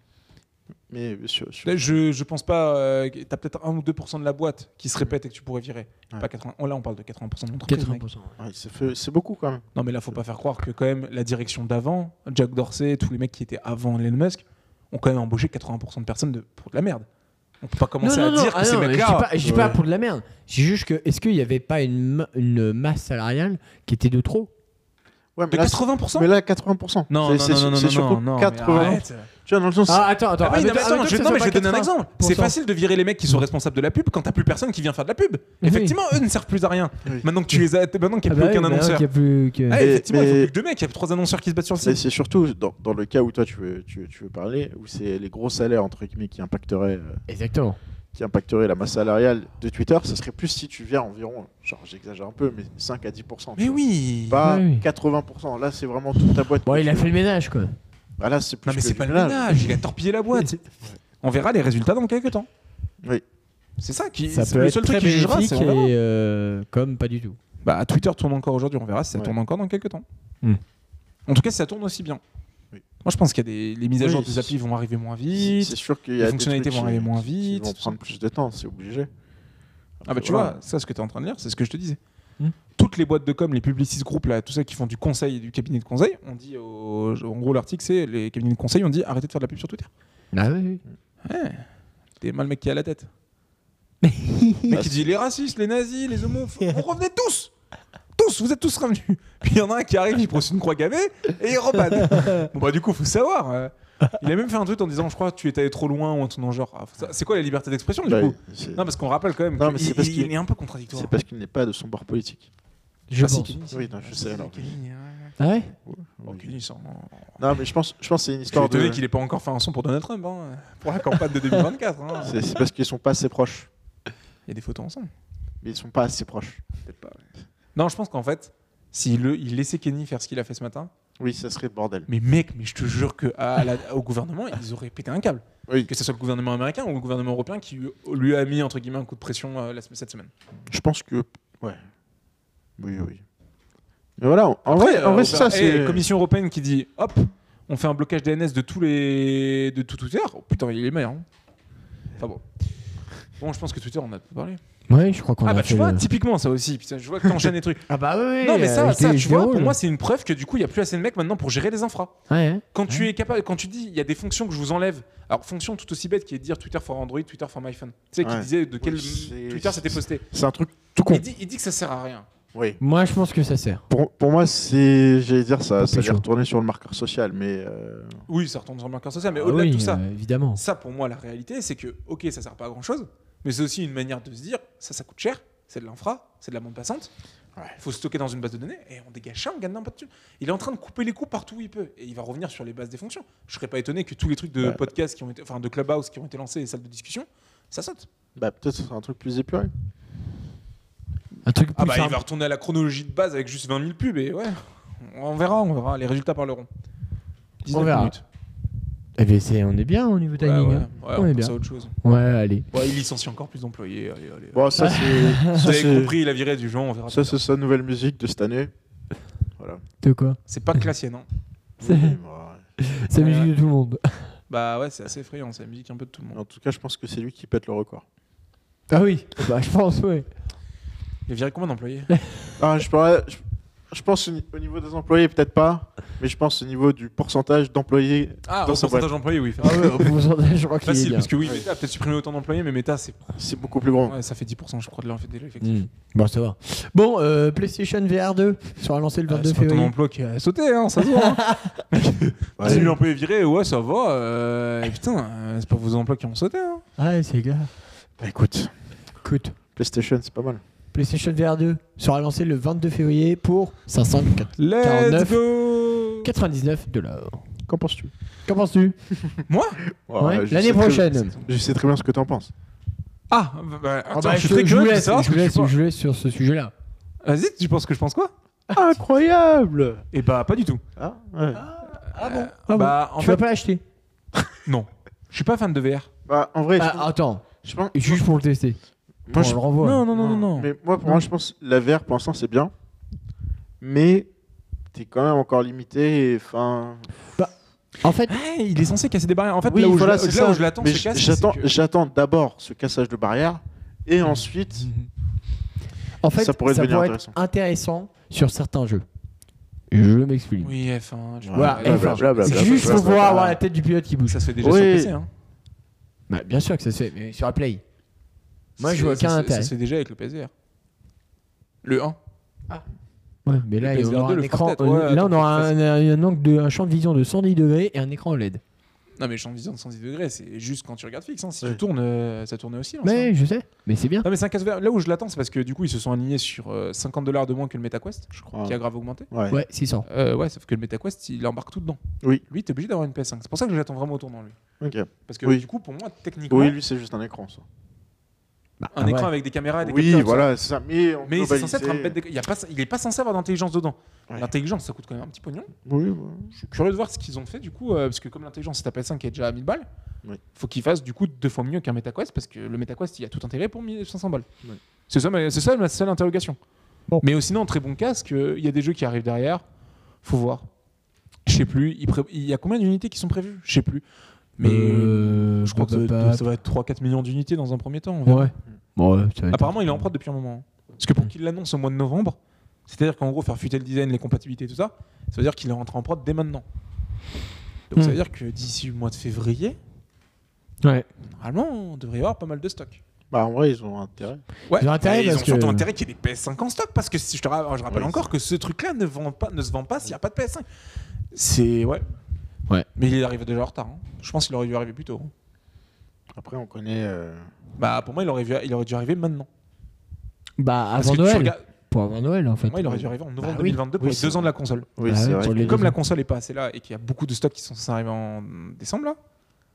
S3: Mais euh, sur- sur-
S2: Là, je, je pense pas. euh, que- T'as peut-être 1 ou 2% de la boîte qui se répète et que tu pourrais virer.
S3: Ouais.
S2: Pas 80. oh, là, on parle de 80% de l'entreprise. mec.
S3: ouais, ça fait- c'est beaucoup quand même.
S2: Non, mais là, faut pas faire croire que quand même la direction d'avant, Jack Dorsey, tous les mecs qui étaient avant Elon Musk, ont quand même embauché 80% de personnes de, pour de la merde. On peut pas
S1: Non,
S2: commencer
S1: non,
S2: à
S1: non,
S2: dire
S1: ah
S2: que ces
S1: non, je dis
S2: mecs-là. euh,
S1: pas, je dis pas
S3: ouais.
S1: pour de la merde. J'ai juste que, est-ce qu'il n'y avait pas une, ma- une masse salariale qui était de trop
S3: Ouais, mais
S2: De
S3: là,
S2: 80%
S3: mais là 80%.
S2: Non, non,
S3: C'est- c'est
S2: non,
S3: sur-
S2: non,
S3: c'est
S2: non,
S3: surtout
S2: non, non, mais
S3: 80.
S2: arrête.
S3: Tu vois, dans le sens.
S1: Ah, attends, attends.
S2: Ah oui, non, mais
S1: admettons-
S2: attends,
S1: admettons
S2: je,
S1: que
S2: non,
S1: ça
S2: mais je
S1: soit
S2: vais te
S1: pas
S2: donner un
S1: 80.
S2: exemple. C'est
S1: cent.
S2: facile de virer les mecs qui sont responsables de la pub quand t'as plus personne qui vient faire de la pub.
S1: Oui.
S2: Effectivement, eux ne servent plus à rien.
S3: Oui.
S2: Maintenant que tu les as, maintenant qu'il n'y
S1: Ah bah
S2: a plus
S1: oui,
S2: aucun
S1: bah non,
S2: annonceur.
S1: qu'il y a plus que-
S2: Ah,
S3: Mais-
S2: effectivement, il faut
S3: mais-
S2: plus que deux mecs, il y a trois annonceurs qui se battent sur le
S3: Mais
S2: site.
S3: c'est surtout dans, dans le cas où toi tu veux, tu, tu veux parler, où c'est les gros salaires entre guillemets qui impacteraient, euh,
S1: Exactement.
S3: qui impacteraient la masse salariale de Twitter, ce serait plus si tu viens environ, genre j'exagère un peu, mais 5 à 10%. tu
S2: Mais
S3: vois.
S2: oui
S3: Pas
S1: Ouais, oui.
S3: 80%. Là c'est vraiment toute ta boîte.
S1: Bon, il a fait le ménage, quoi.
S3: Ah, là c'est plus
S2: Non, mais
S3: que
S2: c'est
S3: du
S2: pas le
S3: ménage.
S2: ménage, il a torpillé la boîte. On verra les résultats dans quelques temps.
S3: Oui.
S2: C'est ça qui.
S1: Ça
S2: c'est
S1: peut
S2: le
S1: être
S2: seul
S1: très
S2: truc qui jugera,
S1: bénéfique
S2: c'est on verra.
S1: et euh, comme pas du tout.
S2: Bah, Twitter tourne encore aujourd'hui, on verra si ça
S3: Ouais.
S2: tourne encore dans quelques temps.
S1: Hmm.
S2: En tout cas, si ça tourne aussi bien.
S3: Oui.
S2: Moi, je pense qu'il y a des les mises à
S3: Oui,
S2: jour des
S3: c'est-
S2: applis vont arriver moins
S3: C'est
S2: vite.
S3: c'est sûr qu'il y
S2: les
S3: a des
S2: fonctionnalités
S3: trucs
S2: vont
S3: qui-
S2: aller moins
S3: qui- qui
S2: vite,
S3: vont
S2: tout
S3: prendre plus de temps, c'est obligé.
S2: Ah bah
S3: Après,
S2: tu
S3: voilà.
S2: vois, ça ce que tu es en train de lire, c'est ce que je te disais.
S1: Hmm.
S2: Toutes les boîtes de com, les publicistes groupes, là, tout ça qui font du conseil et du cabinet de conseil, on dit au- en gros l'article c'est les cabinets de conseil ont dit arrêtez de faire de la pub sur Twitter.
S1: Ah oui.
S2: T'es mal le mec qui a la tête. Le mec qui dit les racistes, les nazis, les homophobes, vous revenez tous Tous, vous êtes tous revenus. Puis il y en a un qui arrive, il brosse une croix gammée et il repasse. bon bah du coup, faut savoir. euh, Il a même fait un tweet en disant je crois tu étais allé trop loin ou un truc dans le genre. Ah, faut ça- C'est quoi la liberté d'expression du
S3: Bah,
S2: coup
S3: c'est-
S2: Non parce qu'on rappelle quand même
S3: Non, mais c'est
S2: qu'il
S3: parce
S2: il-
S3: qu'il-
S2: il est un peu contradictoire.
S3: C'est parce qu'il n'est pas de son bord politique.
S1: Je
S2: Ah, si,
S1: pense.
S2: Kenny, si.
S3: Oui, non, je
S2: Ah,
S3: sais,
S2: si,
S3: alors.
S2: Kenny, ouais.
S1: Ah ouais
S2: Oh,
S3: Oui.
S2: Kenny, sans-
S3: Non, mais je pense, je pense que c'est
S2: Je
S3: une
S2: suis
S3: histoire
S2: étonné
S3: de.
S2: qu'il ait pas encore fait un son pour Donald Trump, hein, pour la campagne de 2024. hein.
S3: C'est c'est parce qu'ils sont pas assez proches.
S2: Il y a des photos ensemble.
S3: Mais ils sont pas assez proches.
S2: Peut-être pas. ouais. Non, je pense qu'en fait, s'il le- il laissait Kenny faire ce qu'il a fait ce matin,
S3: Oui, ça serait le bordel.
S2: mais mec, mais je te jure que à la- au gouvernement, ils auraient pété un câble.
S3: Oui.
S2: Que ce soit le gouvernement américain ou le gouvernement européen qui lui- lui a mis entre guillemets un coup de pression euh, la sem- cette semaine.
S3: Je pense que. Ouais. Oui, oui. Mais voilà, en en
S2: Après,
S3: vrai, en
S2: euh,
S3: vrai
S2: on
S3: c'est ça.
S2: verra. Et
S3: C'est
S2: Commission européenne qui dit hop, on fait un blocage DNS de tous les de tout Twitter. Oh, putain, il est meilleur. hein. Enfin bon. Bon, je pense que Twitter, on a parlé.
S1: Ouais, je crois qu'on
S2: Ah
S1: a
S2: bah
S1: fait euh,
S2: tu vois,
S1: le-
S2: typiquement ça aussi, putain, je vois que t'enchaînes les trucs.
S1: Ah bah oui. oui,
S2: Non mais ça,
S1: euh,
S2: ça
S1: je
S2: tu vois, pour
S1: déroule.
S2: moi c'est une preuve que du coup il n'y a plus assez de mecs maintenant pour gérer les infras.
S1: Ouais, hein. ouais.
S2: Quand tu es capable, quand tu dis il y a des fonctions que je vous enlève, alors fonction tout aussi bête qui est de dire Twitter for Android, Twitter for my phone. Tu sais qui
S3: Ouais.
S2: disait de quel
S3: Oui, c'est-
S2: Twitter c'était posté.
S3: c'est un truc tout con.
S2: Il dit, il dit que ça sert à rien.
S3: Oui.
S1: Moi, je pense que ça sert.
S3: Pour, pour moi, c'est. J'allais dire, ça, ça allait
S1: chaud.
S3: retourner sur le marqueur social, mais. euh,
S2: Oui, ça retombe sur le marqueur social, mais
S1: Ah
S2: au-delà
S1: oui,
S2: de tout ça,
S1: euh, évidemment.
S2: ça pour moi la réalité c'est que ok ça sert pas à grand chose, mais c'est aussi une manière de se dire ça ça coûte cher, c'est de l'infra, c'est de la bande passante.
S3: Ouais.
S2: Faut stocker dans une base de données et on dégage ça, on gagne un peu de thunes. Il est en train de couper les coûts partout où il peut et il va revenir sur les bases des fonctions. Je serais pas étonné que tous les trucs de
S3: Ouais.
S2: podcast qui ont été, enfin de clubhouse qui ont été lancés et salles de discussion, ça saute.
S3: Bah, peut-être ce sera un truc plus épuré.
S1: Un truc plus
S2: Ah bah il
S1: simple.
S2: va retourner à la chronologie de base avec juste 20 000 pubs et ouais, on verra, on verra, les résultats parleront. 19
S1: verra.
S2: minutes.
S1: Eh ben, c'est- on est bien au niveau
S2: Ouais, ouais,
S1: timing.
S2: ouais,
S1: hein.
S2: on
S1: on est
S2: passe à
S1: bien.
S2: autre chose.
S1: Ouais, allez.
S2: Ouais, il licencie encore plus d'employés. Allez, allez.
S3: Bon, ça, c'est.
S1: Ah,
S2: Vous
S3: ça,
S2: avez
S3: c'est-
S2: compris, il a viré du genre, on verra.
S3: ça,
S2: plus tard.
S3: c'est sa nouvelle musique de cette année. Voilà.
S1: De quoi
S2: C'est pas classienne, hein.
S1: C'est-
S3: Oui, bah,
S1: C'est la
S2: Ouais,
S1: musique de tout le monde.
S2: Bah ouais, c'est assez effrayant, c'est la musique un peu de tout le monde.
S3: En tout cas, je pense que c'est lui qui pète le record.
S1: Ah oui. Bah, je pense, ouais.
S2: Il a viré combien d'employés
S3: Ah, je, parlais- je, je pense au ni- au niveau des employés, peut-être pas, mais je pense au niveau du pourcentage d'employés.
S2: Ah,
S3: Dans
S2: au
S3: sa
S2: pourcentage d'employés, oui.
S1: Ah ouais, au pourcentage, je crois qu'il est
S2: Facile,
S1: bien.
S2: parce que oui, Meta a peut-être supprimé autant d'employés, mais Meta, c'est...
S3: C'est beaucoup plus grand.
S2: ouais, ça fait 10%, je crois, de l'effectif.
S1: Hmm. Bon, ça va. Bon, euh, PlayStation VR 2 sera lancé le
S2: Ah,
S1: 22
S2: c'est pas ton
S1: février.
S2: emploi qui a sauté, hein, ça se voit. Hein.
S3: Ouais.
S2: 10 000 employés virés, ouais, ça va. euh, et putain, euh, c'est pas vos emplois qui ont sauté. Hein.
S1: Ouais, Ah, c'est grave.
S3: Bah, écoute,
S1: Écoute,
S3: PlayStation, c'est pas mal.
S1: PlayStation VR 2 sera lancé le 22 février pour 599
S2: Let's
S1: 49.
S2: go
S1: dollars.
S3: Qu'en penses-tu
S1: Qu'en penses-tu
S2: Moi
S3: Ouais,
S1: Ouais,
S3: je
S1: L'année
S3: sais très-
S1: prochaine.
S3: Je sais très bien ce que t'en penses.
S2: Ah, bah, bah, attends,
S1: Ah bah,
S2: je suis très
S1: je vous
S2: curieux de
S1: laisse,
S2: savoir ce
S1: je vous
S2: que tu
S1: laisse-
S2: penses.
S1: je vous laisse sur ce sujet-là.
S2: Vas-y, tu penses que je pense quoi
S3: Incroyable
S2: Et bah, pas du tout.
S3: ah, ouais.
S1: Ah bon,
S2: Euh, bah, en
S1: Tu
S2: fait,
S1: vas pas l'acheter
S2: non. Je suis pas fan de VR.
S3: Bah, En vrai, je pense-
S1: Ah, Attends,
S3: je pense.
S1: juste pour le tester.
S3: moi,
S1: Moi,
S3: je-
S1: je le renvoie.
S2: Non, non, non, non, non.
S3: Mais moi, pour
S1: Non.
S3: moi, je pense que la VR, pour l'instant, c'est bien. Mais t'es quand même encore limité. et, Enfin.
S1: En fait,
S2: Ouais, Eh, il est censé casser des barrières. En fait,
S3: Oui,
S2: là où
S3: voilà,
S2: je,
S3: c'est
S2: là où
S3: ça.
S2: je l'attends,
S3: Mais
S2: c'est casse,
S3: j'attends,
S2: c'est que- Mm.
S3: j'attends d'abord ce cassage de barrière et ensuite.
S1: en fait,
S3: Ça
S1: ça
S3: pourrait
S1: pourrait,
S3: devenir
S1: être
S3: intéressant.
S1: intéressant. sur certains jeux. Je m'explique.
S2: Oui, F1. tu vois,
S1: Voilà,
S2: ouais,
S1: F1.
S2: ouais,
S3: blablabla,
S1: C'est
S3: blablabla,
S1: juste pour
S3: blablabla.
S1: pouvoir avoir la tête du pilote qui bouge.
S2: Ça se fait déjà
S3: Oui.
S2: sur PC. Hein.
S1: Bah, bien sûr que ça se fait, mais sur la Play. Moi,
S2: Ça
S1: je
S2: se-
S1: vois
S2: ça
S1: aucun
S2: se-
S1: intérêt.
S2: Ça se fait déjà avec le PSVR. Le 1.
S1: Ouais, mais là,
S2: Le
S1: on
S2: PSVR
S1: aura
S2: 2,
S1: un
S2: le
S1: écran.
S2: Fortet, ouais,
S1: euh, là, on
S2: attends,
S1: aura
S2: faut que
S1: un, un angle de, un champ de vision de 110 degrés et un écran E OLED.
S2: Non, mais champ de vision de 110 degrés, c'est juste quand tu regardes fixe. hein. Si
S3: Oui.
S2: tu tournes, euh, ça tourne aussi. hein, ça.
S1: Mais je sais, mais c'est bien.
S2: Non, mais c'est un casse Là où je l'attends, c'est parce que du coup, ils se sont alignés sur euh, 50 dollars de moins que le MetaQuest,
S3: Je crois.
S2: qui a grave augmenté.
S3: Ouais.
S1: Ouais, 600.
S2: Euh, ouais, sauf que le MetaQuest, il embarque tout dedans.
S3: Oui.
S2: Lui, t'es obligé d'avoir une PS5. C'est pour ça que je l'attends vraiment au tournant, lui.
S3: Ok.
S2: Parce que
S3: Oui.
S2: du coup, pour moi, techniquement,
S3: Oui, lui, c'est juste un écran, ça.
S1: Bah,
S2: un
S1: ouais.
S2: écran E avec des caméras et Ah, des
S3: Oui,
S2: capteurs,
S3: voilà, c'est ça. Mais, on
S2: Mais c'est censé être un
S3: globalisait.
S2: bête d'éc- il y a pas, il est pas censé avoir d'intelligence dedans.
S3: Ouais.
S2: L'intelligence, ça coûte quand même un petit pognon.
S3: Oui, ouais.
S2: Je suis curieux de voir ce qu'ils ont fait du coup, euh, parce que comme l'intelligence, c'est ta PS5 qui est déjà à 1000 balles,
S3: Oui.
S2: faut qu'ils fassent du coup deux fois mieux qu'un MetaQuest, parce que le MetaQuest, il a tout intérêt pour 1500 balles.
S3: Ouais.
S2: C'est ça, ma- c'est ça ma seule interrogation.
S1: Bon.
S2: Mais sinon, très bon casque, euh, il y a des jeux qui arrivent derrière, faut voir. Je sais plus, il, pré- il y a combien d'unités qui sont prévues Je sais plus. Mais
S1: Euh,
S2: je crois que ça
S1: bah,
S2: doit-
S1: bah,
S2: ça va être 3-4 millions d'unités dans un premier temps. on verra.
S1: Ouais. Bon, ouais, ça va être-
S2: Apparemment, il est en prod depuis un moment. Parce que pour
S1: Hmm.
S2: qu'il l'annonce au mois de novembre, c'est-à-dire qu'en gros, faire fuiter le design, les compatibilités, tout ça, ça veut dire qu'il est rentré en prod dès maintenant. Donc ça
S1: Hmm.
S2: veut dire que d'ici le mois de février,
S1: Ouais.
S2: normalement, on devrait avoir pas mal de stock.
S3: Bah, en vrai, ils ont intérêt.
S2: Ouais,
S1: Ils ont intérêt
S2: et ils ont
S1: parce que-
S2: surtout intérêt qu'il y ait des PS5 en stock, parce que si je te ra- je rappelle
S3: Ouais,
S2: encore que ce truc-là ne, vend pas, ne se vend pas s'il n'y a pas de PS5. C'est. Ouais.
S1: Ouais.
S2: Mais il arrive déjà en retard. hein. Je pense qu'il aurait dû arriver plus tôt. hein.
S3: Après, on connaît. euh,
S2: Bah, pour moi, il aurait, dû- il aurait dû arriver maintenant.
S1: Bah,
S2: Parce
S1: avant
S2: que tu
S1: Noël.
S2: regardes-
S1: Pour avant Noël, en fait.
S2: Pour moi, il aurait dû arriver en novembre
S1: Bah oui.
S2: 2022 pour
S1: Oui,
S2: les
S1: c'est
S2: deux ans de la console.
S3: Oui,
S1: Bah
S3: c'est
S1: ouais,
S3: vrai.
S1: pour
S3: que-
S1: les-
S2: Comme
S1: deux
S2: la
S1: ans.
S2: console est pas assez là et qu'il y a beaucoup de stocks qui sont censés arriver en décembre là,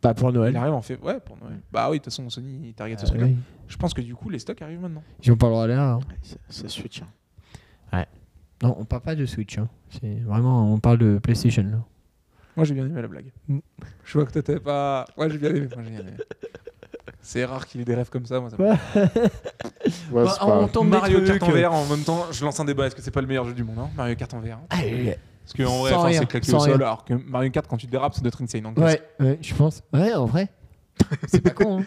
S1: Pas pour
S2: il
S1: Noël.
S2: arrive en fait ouais pour Noël. Bah oui, de toute façon Sony il target
S1: Mm.
S2: ce
S1: Ah,
S2: truc-là.
S1: oui.
S2: Je pense que du coup les stocks arrivent maintenant.
S1: Ils ont pas le droit d'aller là. hein.
S3: Ouais, c'est- C'est Switch. hein.
S1: Non, on parle pas de Switch. hein. C'est vraiment, on parle de PlayStation. Là.
S2: Moi j'ai bien aimé la blague.
S1: Mm.
S2: Je vois que t'étais pas. Ouais j'ai bien aimé. Moi, j'ai bien aimé. C'est rare qu'il ait des rêves comme ça. Moi, ça me-
S1: Ouais,
S3: Ouais, c'est pas-
S2: Mario Kart Bah, en VR en même temps, je lance un débat. Est-ce que c'est pas le meilleur jeu du monde hein Mario Kart en VR. hein
S1: Ah, ouais,
S2: Parce que en vrai,
S1: Sans
S2: enfin,
S1: rire,
S2: c'est claqué
S1: sans
S2: au sol.
S1: rire.
S2: Alors que Mario Kart quand tu dérapes, ça doit être insane. En classe.
S1: ouais, je pense. Ouais, en vrai. C'est pas con. Hein.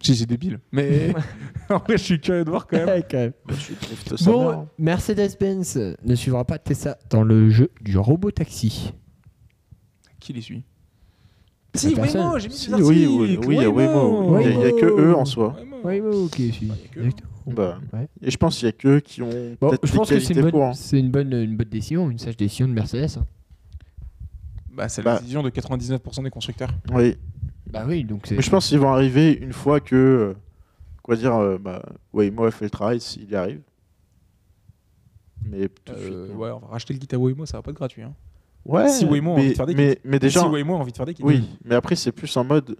S2: J'ai j'ai débile. Mais en vrai, je suis curieux de voir quand même.
S1: Ouais, quand même.
S3: Bah, tu driftes ça bien,
S1: Bon,
S3: hein.
S1: Mercedes-Benz ne suivra pas Tessa dans le jeu du robot taxi.
S2: Qui les suit Si,
S1: personne.
S2: Waymo, j'ai mis
S3: Si,
S2: des
S3: oui,
S2: articles.
S3: oui, oui, il y a Waymo. Il y a- il y a que eux en soi.
S2: Waymo.
S1: ok. si.
S2: Bah, y a que-
S1: Exactement.
S3: Bah.
S1: Ouais.
S3: Et je pense qu'il y a qu'eux qui ont
S1: Bon,
S3: peut-être
S1: je
S3: des
S1: pense que c'est
S3: qualités
S1: une, bonne,
S3: pour. hein.
S1: c'est une bonne, une bonne décision, une sage décision de Mercedes. hein.
S2: Bah, c'est
S3: Bah.
S2: la décision de 99% des constructeurs.
S3: Oui.
S1: Bah oui, donc c'est.
S3: Mais je pense qu'ils vont arriver une fois que. euh, Quoi dire euh, bah, Waymo a fait le travail s'il y arrive. Mais tout de suite. hein.
S2: Euh,
S3: non.
S2: ouais, on va racheter le kit à Waymo, ça va pas être gratuit. hein.
S3: Ouais,
S2: si Waymo a
S3: mais,
S2: envie de faire des
S3: mais, mais déjà.
S2: si Waymo a envie de faire des kits.
S3: Oui, mais après, c'est plus en mode.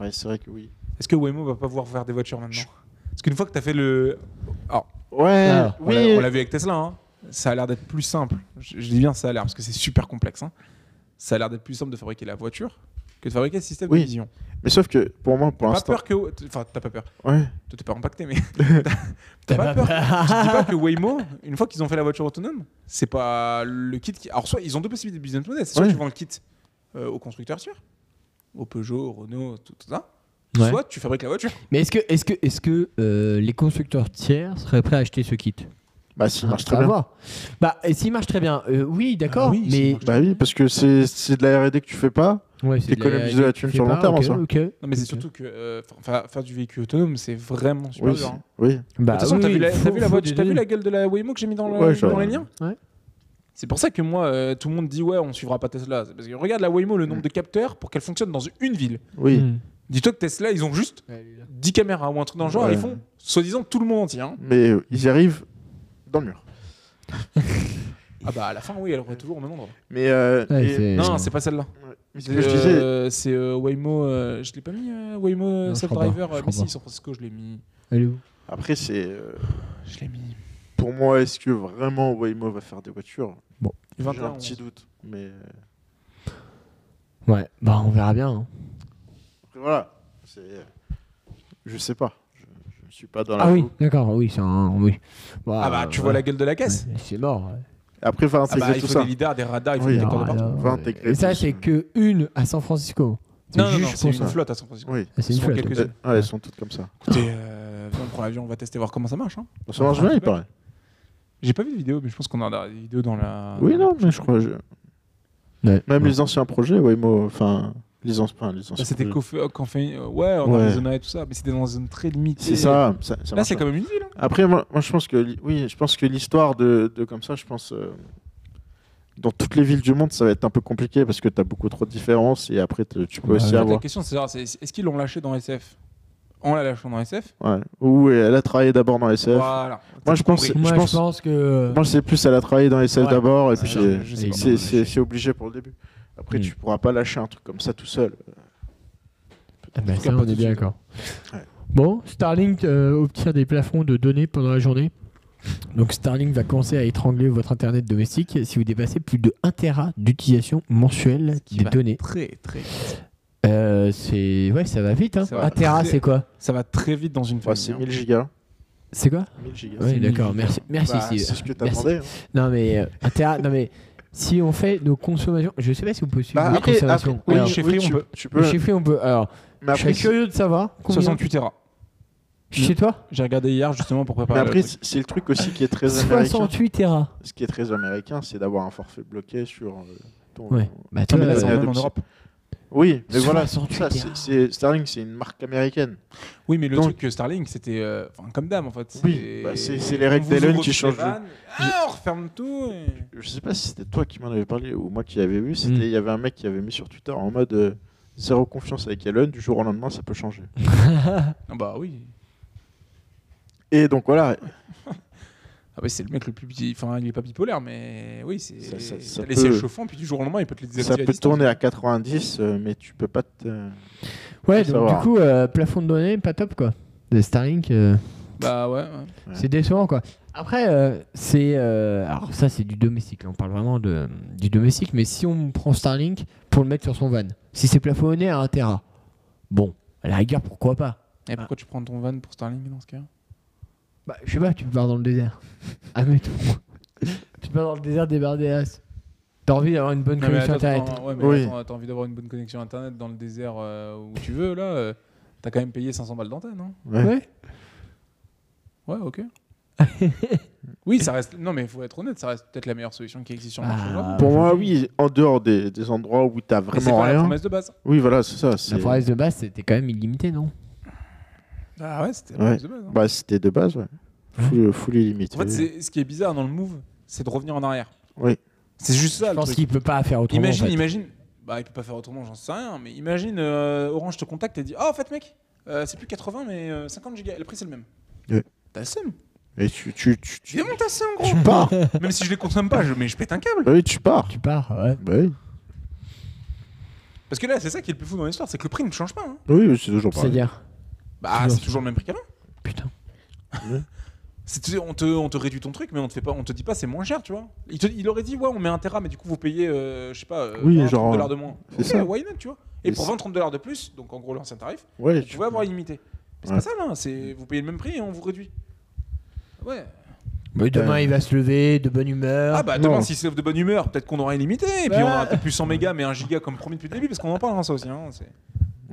S3: Ouais, c'est vrai que oui.
S2: Est-ce que Waymo va pas pouvoir faire des voitures maintenant Parce qu'une fois que t'as fait le.
S3: Ouais,
S1: Ah,
S2: On
S3: oui.
S2: l'a- on l'a vu avec Tesla, hein. ça a l'air d'être plus simple. Je, je dis bien ça a l'air, parce que c'est super complexe. hein. Ça a l'air d'être plus simple de fabriquer la voiture que de fabriquer le système
S3: Oui.
S2: de vision.
S3: Mais sauf que pour moi, pour
S2: Pas
S3: l'instant.
S2: peur que. Enfin, t'as pas peur.
S3: Ouais.
S2: Toi, t'es pas impacté, mais. t'as- T'as pas peur Je te dis pas que Waymo, une fois qu'ils ont fait la voiture autonome, c'est pas le kit qui. Alors, soit ils ont deux possibilités de business model. C'est soit
S3: Ouais.
S2: tu vends le kit euh, au constructeur sûr, au Peugeot, au Renault, tout, tout ça.
S1: Ouais.
S2: Soit tu fabriques la voiture.
S1: Mais est-ce que, est-ce que, est-ce que euh, les constructeurs tiers seraient prêts à acheter ce kit
S3: Bah, s'il marche très
S1: À
S3: bien.
S1: voir. Bah, et s'il marche très bien, euh, oui, d'accord,
S2: Ah oui, s'il
S1: mais.
S2: marche
S3: Bah oui, parce que c'est c'est de la RD que tu fais pas.
S1: Ouais, c'est
S3: T'économises de la thune
S1: je sais
S3: sur le
S1: pas,
S3: long terme, hein,
S1: ok,
S3: ça.
S1: ok.
S2: Non, mais c'est
S1: Ok.
S2: surtout que euh, fa- fa- faire du véhicule autonome, c'est vraiment super
S3: Oui.
S2: dur.
S3: c'est-
S2: hein.
S3: oui.
S1: Bah,
S2: de toute façon,
S1: oui,
S2: t'as vu, la-
S1: faut-
S2: t'as vu la
S1: faut
S2: voiture-
S1: des
S2: t'as vu
S1: données.
S2: la gueule de la Waymo que j'ai mis dans, le-
S3: Ouais, je-
S2: dans les liens
S1: Ouais.
S2: C'est pour ça que moi, euh, tout le monde dit ouais, on suivra pas Tesla. C'est Parce que regarde la Waymo, le nombre
S3: Mm.
S2: de capteurs pour qu'elle fonctionne dans une ville.
S3: Oui.
S1: Hmm.
S2: Dis-toi que Tesla, ils ont juste 10 caméras ou un truc dans le genre,
S3: Ouais.
S2: ils font soi-disant tout le monde entier. hein.
S3: Mais euh, ils y arrivent dans le mur.
S2: Ah bah à la fin, oui, elle revient toujours au même endroit.
S3: Mais euh,
S1: Ouais,
S3: et-
S1: c'est-
S2: Non, c'est pas celle-là.
S3: Ouais. Mais ce
S2: C'est
S3: que je disais,
S2: euh, c'est, euh, Waymo, euh, je l'ai pas mis, euh, Waymo euh,
S1: Non, je crois pas,
S2: Self-Driver,
S1: je
S2: euh, mais
S1: crois
S2: si,
S1: pas.
S2: San Francisco, je l'ai mis.
S1: Elle est où
S3: après c'est euh,
S2: Je l'ai mis.
S3: Pour moi, est-ce que vraiment Waymo va faire des voitures J'ai
S2: 21,
S3: un
S2: on-
S3: petit doute. Mais euh,
S1: Ouais, bah on verra bien. hein.
S3: voilà, c'est- euh, je sais pas. Je, je suis pas dans la
S1: Ah oui,
S3: boucle.
S1: d'accord, oui, c'est un. Oui. Bah,
S2: Ah bah, tu vois la gueule de la caisse
S1: Ouais, C'est mort. ouais.
S3: Après, il faut
S2: Ah bah,
S3: intégrer
S2: il
S3: tout
S2: faut
S3: ça.
S2: des lidars, des radars, il faut
S3: Oui,
S2: des
S3: alors,
S2: décors de partout.
S1: alors,
S3: va intégrer
S1: et ça,
S3: tout.
S1: c'est que une à San Francisco. C'est
S2: Non, non,
S1: juste
S2: non,
S1: pour
S2: c'est
S1: ça.
S2: une flotte à San Francisco.
S3: Oui,
S1: Ah, c'est une
S2: Ils sont
S1: flotte.
S2: quelques-
S3: Euh, ouais, elles sont toutes comme ça.
S2: Écoutez, euh, on prend l'avion, on va tester voir comment ça marche. hein.
S3: Ça marche bien, il paraît.
S2: J'ai pas vu de vidéo, mais je pense qu'on en a des vidéos dans la.
S3: Oui, non, mais je crois. je-
S1: Ouais.
S3: Même
S1: Ouais.
S3: les anciens projets, Waymo, enfin, les anciens. enfin, les
S2: Là,
S3: anciens
S2: c'était
S3: projets.
S2: conf- euh, confi- euh, ouais, en
S3: Ouais.
S2: Arizona et tout ça, mais c'était dans une zone très limitée.
S3: C'est ça. ça- ça
S2: Là,
S3: marche
S2: c'est
S3: bien.
S2: quand même une ville. hein.
S3: Après, moi, moi, je pense que li- oui, je pense que l'histoire de, de comme ça, je pense euh, dans toutes les villes du monde, ça va être un peu compliqué parce que tu as beaucoup trop de différences et après te- tu peux
S1: Ouais,
S3: aussi
S1: ouais,
S2: La
S3: avoir.
S2: question, c'est savoir, c'est- est-ce qu'ils l'ont lâché dans SF En la lâchant dans SF
S3: Ouais. Ou elle a travaillé d'abord dans SF.
S2: Voilà.
S3: Moi, je pense,
S2: compris.
S3: je
S1: Moi,
S3: pense,
S1: que. euh,
S3: moi, c'est plus elle a travaillé dans SF
S2: Ouais.
S3: d'abord et puis
S2: je-
S3: c'est-
S2: je sais
S1: et-
S2: pas.
S3: c'est- c'est c'est obligé pour le début. Après,
S1: Hmm.
S3: tu pourras pas lâcher un truc comme ça tout seul.
S1: Ah bah,
S2: En tout
S1: ça,
S2: cas, pas
S1: on
S2: tout
S1: est
S2: de
S1: bien
S2: suite.
S1: d'accord.
S3: Ouais.
S1: Bon, Starlink euh, obtient des plafonds de données pendant la journée. Donc Starlink va commencer à étrangler votre internet domestique si vous dépassez plus de 1 Tera d'utilisation mensuelle
S2: qui
S1: des
S2: va
S1: données.
S2: Très, très. vite.
S1: Euh, c'est ouais, ça va vite. Hein.
S2: Ça va
S1: 1 Tera,
S2: très-
S1: c'est quoi
S2: Ça va très vite dans une
S3: Ouais,
S2: famille.
S3: c'est
S2: hein.
S3: 1000 gigas.
S1: C'est quoi
S3: 1000 gigas.
S1: Oui,
S2: mille
S1: d'accord. Merci, merci.
S3: Bah,
S1: Steve.
S3: c'est ce que tu
S1: Merci.
S3: attendais. hein.
S1: Non mais euh, 1 Tera, non mais si on fait nos consommations, je sais pas si on peut suivre
S3: Bah,
S1: nos
S3: après,
S1: consommations.
S3: après- oui,
S1: Alors,
S2: chez
S3: oui,
S2: Free, on
S3: tu,
S2: peut.
S3: tu
S1: le
S3: peux.
S1: chiffrer, on peut. Alors,
S3: Mais
S1: je serais
S3: après, c'est-
S1: curieux de savoir combien.
S2: 68 Tera.
S1: Chez toi
S2: J'ai regardé hier justement pour
S3: mais
S2: préparer.
S3: après,
S2: le truc.
S3: c'est c'est le truc aussi qui est très américain.
S1: 68 Tera.
S3: ce qui est très américain, c'est d'avoir un forfait bloqué sur euh, ton.
S1: Ouais. Bah,
S2: Non,
S1: toi,
S2: mais là,
S1: euh,
S2: c'est même en
S3: adoption.
S2: Europe.
S3: Oui, mais voilà,
S1: 68
S3: ça, c'est-
S1: Tera.
S3: c'est- Starlink, c'est une marque américaine.
S2: Oui, mais le
S3: Donc-
S2: truc que Starlink, c'était euh, enfin, comme dame en fait.
S3: Oui, bah, c'est- c'est les
S2: on
S3: règles
S2: vous
S3: d'Elon
S2: ouvre
S3: qui
S2: toutes
S3: changent
S2: les
S3: le-
S2: vannes. Ah, on referme tout. et-
S3: Je sais pas si c'était toi qui m'en avais parlé ou moi qui l'avais vu. C'était
S1: Mm.
S3: il y avait un mec qui avait mis sur Twitter en mode euh, zéro confiance avec Elon, du jour au lendemain, ça peut changer.
S2: Ah bah oui.
S3: Et donc voilà,
S2: Ah ouais, c'est le mec le plus petit. Enfin, il est pas bipolaire, mais oui, c'est.
S3: Ça- ça- ça
S2: t'as les
S3: peut-
S2: sièges chauffants, puis du jour au lendemain, il peut te les désactiver.
S3: ça peut
S2: distance.
S3: tourner à 90, euh, mais tu peux pas te.
S1: Ouais,
S3: Faut
S1: donc du
S3: savoir.
S1: coup, euh, plafond de données, pas top quoi. De Starlink, euh,
S2: Bah ouais. ouais.
S3: Ouais.
S1: c'est décevant quoi. Après, euh, c'est. euh, alors ça, c'est du domestique, là, on parle vraiment de, du domestique, mais si on prend Starlink pour le mettre sur son van, si c'est plafonné à 1 Tera, bon, à la rigueur, pourquoi pas
S2: Et pourquoi tu prends ton van pour Starlink dans ce cas
S1: Bah, je sais pas, tu pars dans le désert. Admettons. tu pars dans le désert des Bardéas. T'as envie d'avoir une bonne
S2: Non, mais
S1: connexion
S2: attends,
S1: internet.
S2: attends, ouais, mais
S3: Oui.
S2: attends, t'as envie d'avoir une bonne connexion internet dans le désert euh, où tu veux, là. euh, T'as quand même payé 500 balles d'antenne, hein
S3: Ouais.
S1: Ouais.
S2: Ouais, ok. oui, ça reste. Non, mais faut être honnête, ça reste peut-être la meilleure solution qui existe sur le marché
S1: Ah,
S2: aujourd'hui.
S3: Pour
S1: je-
S3: moi, oui, en dehors des, des endroits où t'as
S2: Mais c'est
S3: vraiment
S2: pas la
S3: rien.
S2: promesse de base.
S3: Oui, voilà, c'est ça. c'est-
S1: La forêt de base, c'était quand même illimité, non
S2: Ah ouais, c'était la
S3: Ouais.
S2: promesse de base. hein.
S3: Bah, c'était de base, ouais. Full, euh, full illimité.
S2: En fait, c'est- ce qui est bizarre dans le move, c'est de revenir en arrière.
S3: Oui.
S2: C'est juste ça.
S1: Je
S2: le
S1: pense
S2: truc.
S1: qu'il peut pas faire autrement.
S2: Imagine,
S1: en fait.
S2: imagine. Bah, il peut pas faire autrement, j'en sais rien. Mais imagine, euh, Orange te contacte et dit Ah, en fait, mec, euh, c'est plus 80, mais euh, 50 gigas. Le prix, c'est le même.
S3: Ouais.
S2: T'as le seum.
S3: Et tu, tu,
S2: Tu
S3: tu, tu,
S2: démontes ta seum,
S3: tu
S2: gros.
S3: pars.
S2: Même si je les consomme pas, je, mais je pète un câble.
S3: Bah oui, tu pars.
S1: Tu pars, ouais.
S3: Bah oui.
S2: Parce que là, c'est ça qui est le plus fou dans l'histoire c'est que le prix ne change pas. hein.
S3: Oui, oui, c'est toujours pareil.
S1: C'est-à-dire
S2: Bah,
S1: Toujours.
S2: c'est toujours le même prix qu'avant.
S1: Putain.
S2: C'est- tu sais, On te, on te réduit ton truc, mais on te, fait pas, on te dit pas c'est moins cher, tu vois. Il, te- il aurait dit Ouais, on met un Tera, mais du coup, vous payez, euh, je sais pas, euh,
S3: Oui,
S2: 20,
S3: genre,
S2: 30 dollars de moins.
S3: c'est
S2: Ok,
S3: ça.
S2: why not, tu vois. Et
S3: Mais
S2: pour
S3: c'est-
S2: 20-30 dollars de plus, donc en gros, l'ancien tarif.
S3: Ouais,
S2: tu vas avoir illimité. Mais C'est
S3: Ouais.
S2: pas ça là, hein, c'est vous payez le même prix et on vous réduit. Ouais.
S1: Mais Bah demain,
S3: Euh.
S1: il va se lever de bonne humeur.
S2: Ah bah
S3: non.
S2: demain s'il se lève de bonne humeur, peut-être qu'on aura illimité et puis
S1: Ouais.
S2: on aura peut-être plus 100 mégas mais 1 giga comme promis depuis le début parce qu'on en parle hein, ça aussi hein, c'est-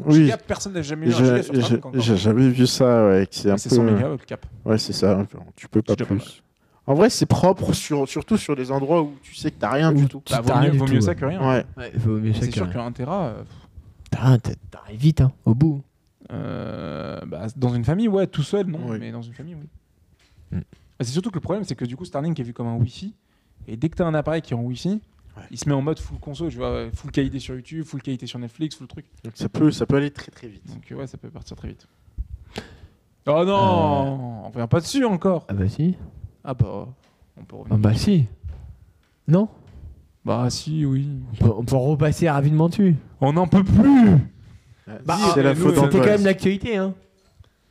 S3: Oui,
S2: giga, personne n'a jamais eu 1 giga sur
S3: j'ai-
S2: Starlink encore.
S3: j'ai j'ai jamais vu ça. Ouais, que c'est un
S2: C'est 100
S3: peu- euh,
S2: mégas le cap.
S3: Ouais, c'est ça. Tu peux pas
S2: déjà pas
S3: plus. En vrai, c'est propre, sur, surtout sur des endroits où tu sais que t'as rien
S1: Ou
S3: du tout.
S1: tu
S2: Bah, vaut
S1: t'as rien
S2: mieux,
S1: du
S2: vaut
S1: tout,
S2: mieux
S1: ouais.
S2: ça que rien.
S3: Ouais.
S1: Ouais, faut mieux ça
S2: C'est
S1: que
S2: sûr
S1: rien.
S2: qu'un Tera euh,
S1: Putain, t'as- T'arrives vite, hein, au bout.
S2: euh, bah, dans une famille ouais, tout seul non,
S3: Oui.
S2: mais dans une famille oui.
S1: Mm.
S2: Et C'est surtout que le problème c'est que du coup Starlink est vu comme un Wi-Fi et dès que t'as un appareil qui est en Wi-Fi,
S3: Ouais.
S2: il se met en mode full conso, tu vois, full qualité sur YouTube, full qualité sur Netflix, full truc.
S3: Donc ça peut, ça peut aller très très vite.
S2: Donc euh, ouais, ça peut partir très vite. Oh non On revient pas dessus encore
S1: Ah bah si.
S2: Ah bah, on peut
S1: Ah
S2: revenir.
S1: bah si. Non
S2: Bah si, oui.
S1: on peut, on peut repasser rapidement dessus.
S2: On n'en peut plus
S3: Ouais,
S1: Bah,
S3: c'est
S2: ah,
S3: la
S2: mais nous, euh,
S1: C'était
S2: c'était
S3: faute d'Antoine.
S1: quand même l'actualité, hein.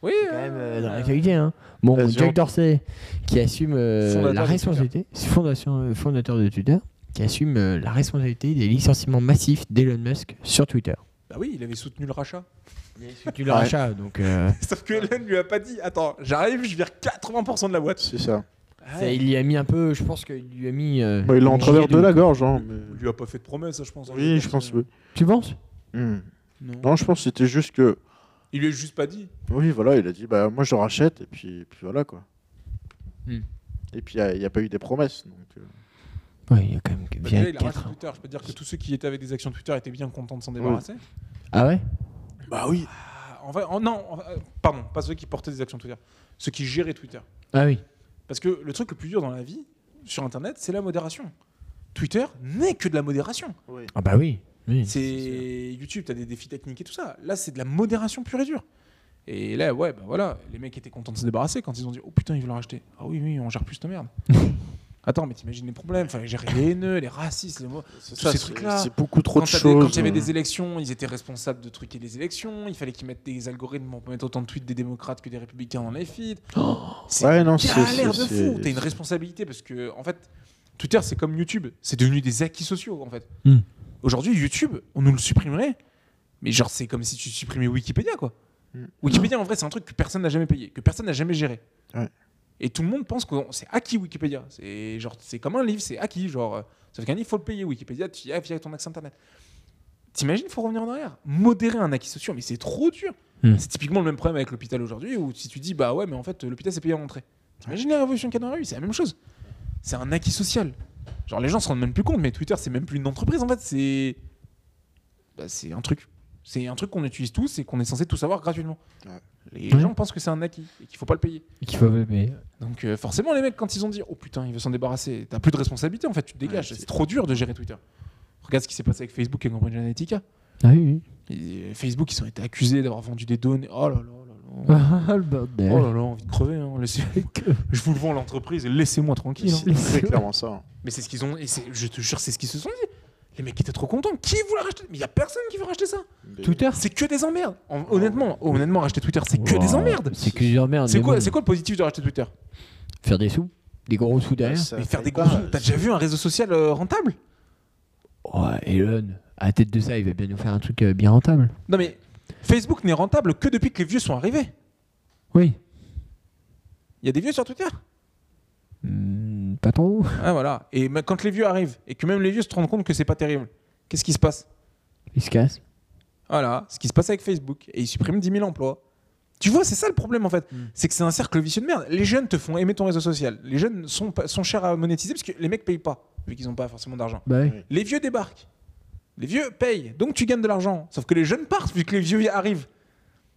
S2: Oui,
S1: quand
S2: euh,
S1: même euh, dans l'actualité. Hein. Bon,
S3: Bien sûr.
S1: Jack Dorsey, qui assume euh,
S2: Fondateur
S1: la
S2: de
S1: responsabilité, fondation, euh, fondateur de Twitter, qui assume euh, la responsabilité des licenciements massifs d'Elon Musk sur Twitter.
S2: Bah oui, il avait soutenu le rachat.
S1: Tu le
S3: Ouais.
S1: rachat, donc euh,
S2: Sauf que Elon lui a pas dit Attends, j'arrive, je vire 80% de la boîte.
S3: C'est ça.
S1: ça, Ah, il y a mis un peu, je pense qu'il lui a mis. euh,
S3: Bah, il l'a en
S1: un
S3: travers
S1: gilet
S3: de la gorge. Hein,
S2: Il
S3: mais-
S2: lui a pas fait de promesse, je pense. hein,
S3: Oui, je pense.
S2: euh,
S3: Oui.
S1: Tu penses
S3: Hmm.
S2: non.
S3: Non, je pense que c'était juste que.
S2: Il lui a juste pas dit.
S3: Oui, voilà, il a dit bah, moi je rachète, et puis, puis voilà quoi.
S1: Hmm.
S3: Et puis il n'y a, pas eu des promesses. Donc, euh,
S1: Ouais, il y a quand même
S2: Bah,
S1: bien
S2: déjà, il a racheté
S1: 4 ans.
S2: Twitter. Je peux te dire que tous ceux qui étaient avec des actions Twitter étaient bien contents de s'en débarrasser.
S1: Ah ouais
S3: Bah oui.
S2: Ah, en vrai, en- non, en- euh, pardon, pas ceux qui portaient des actions Twitter, ceux qui géraient Twitter.
S1: Ah oui.
S2: Parce que le truc le plus dur dans la vie, sur Internet, c'est la modération. Twitter n'est que de la modération.
S1: Ah bah oui. oui.
S2: C'est YouTube, t'as des défis techniques et tout ça. Là, c'est de la modération pure et dure. Et là, ouais, bah voilà, les mecs étaient contents de se débarrasser quand ils ont dit Oh putain, ils veulent en racheter. Ah oui, oui, on gère plus de merde. Attends, mais t'imagines les problèmes Fallait gérer les haineux, les racistes, les mots.
S3: C'est
S2: Tous
S3: ça,
S2: ces
S3: c'est-
S2: trucs-là.
S3: c'est beaucoup trop
S2: Quand
S3: de
S2: t'as des-
S3: choses.
S2: quand il y avait
S3: euh.
S2: des élections, ils étaient responsables de truquer les élections. Il fallait qu'ils mettent des algorithmes pour mettre autant de tweets des démocrates que des républicains dans les feeds. C'est
S3: euh. Ouais,
S2: une
S3: non, c'est-
S2: galère
S3: c'est-
S2: de fou.
S3: c'est-
S2: T'as une responsabilité parce que, en fait, Twitter, c'est comme YouTube. C'est devenu des acquis sociaux, en fait.
S1: Hmm.
S2: Aujourd'hui, YouTube, on nous le supprimerait. Mais genre, c'est comme si tu supprimais Wikipédia, quoi.
S3: Hmm.
S2: Wikipédia, en vrai, c'est un truc que personne n'a jamais payé, que personne n'a jamais géré.
S3: Ouais.
S2: Et tout le monde pense que c'est acquis Wikipédia. C'est genre, c'est comme un livre, c'est acquis. Genre, euh, sauf qu'un livre, faut le payer. Wikipédia, tu y as via ton accès internet. T'imagines, faut revenir en arrière. Modérer un acquis social, mais c'est trop dur.
S1: Hmm.
S2: C'est typiquement le même problème avec l'hôpital aujourd'hui, où si tu dis, bah ouais, mais en fait, l'hôpital, c'est payé à l'entrée. T'imagines la révolution qu'il y a dans la rue, c'est la même chose. C'est un acquis social. Genre, les gens se rendent même plus compte, mais Twitter, c'est même plus une entreprise, en fait. C'est. bah, c'est un truc. C'est un truc qu'on utilise tous et qu'on est censé tout savoir gratuitement.
S3: Ouais.
S2: Les
S1: Ouais.
S2: gens pensent que c'est un acquis et qu'il faut pas le payer.
S1: Qu'il faut mais-
S2: Donc euh, forcément, les mecs, quand ils ont dit « Oh putain, il veut s'en débarrasser », t'as plus de responsabilité, en fait, tu te dégages.
S3: Ouais, c'est-
S2: c'est trop dur de gérer Twitter. Regarde ce qui s'est passé avec Facebook et Cambridge Analytica.
S1: Ah oui, oui.
S2: Et, euh, Facebook, ils ont été accusés d'avoir vendu des données. Oh là là là là.
S1: Ah, le
S2: Oh
S1: bordel.
S2: là là, envie de crever. hein. Laissez- Je vous le vends l'entreprise, laissez-moi tranquille. hein.
S3: C'est c'est clairement ça. hein.
S2: Mais c'est ce qu'ils ont. Et c'est- je te jure, c'est ce qu'ils se sont dit. Les mecs étaient trop contents. Qui voulait racheter Mais il y a personne qui veut racheter ça.
S3: Mais-
S1: Twitter,
S2: C'est que des emmerdes. En- honnêtement, honnêtement, racheter Twitter, c'est que
S1: Ouah,
S2: des emmerdes.
S1: C'est que des emmerdes.
S2: C'est
S1: mais
S2: quoi,
S1: bon,
S2: c'est quoi le positif de racheter Twitter
S1: Faire des sous, des gros sous derrière.
S3: ça
S2: Mais faire
S3: paye
S2: des gros.
S3: pas,
S2: T'as déjà vu un réseau social euh, rentable
S1: Ouais, Oh, Elon, à la tête de ça, il va bien nous faire un truc euh, bien rentable.
S2: Non mais Facebook n'est rentable que depuis que les vieux sont arrivés.
S1: Oui.
S2: Il y a des vieux sur Twitter.
S1: Hmm, pas trop.
S2: Ah, voilà. Et ma- quand les vieux arrivent et que même les vieux se rendent compte que c'est pas terrible, qu'est-ce qui se passe
S1: Il se casse.
S2: Voilà, ce qui se passe avec Facebook. Et ils suppriment 10 000 emplois. Tu vois, c'est ça le problème en fait.
S1: Mm.
S2: C'est que c'est un cercle vicieux de merde. Les jeunes te font aimer ton réseau social. Les jeunes sont, pas- sont chers à monétiser parce que les mecs payent pas, vu qu'ils n'ont pas forcément d'argent.
S1: Bah ouais.
S3: Oui.
S2: Les vieux débarquent. Les vieux payent, donc tu gagnes de l'argent. Sauf que les jeunes partent, vu que les vieux y arrivent.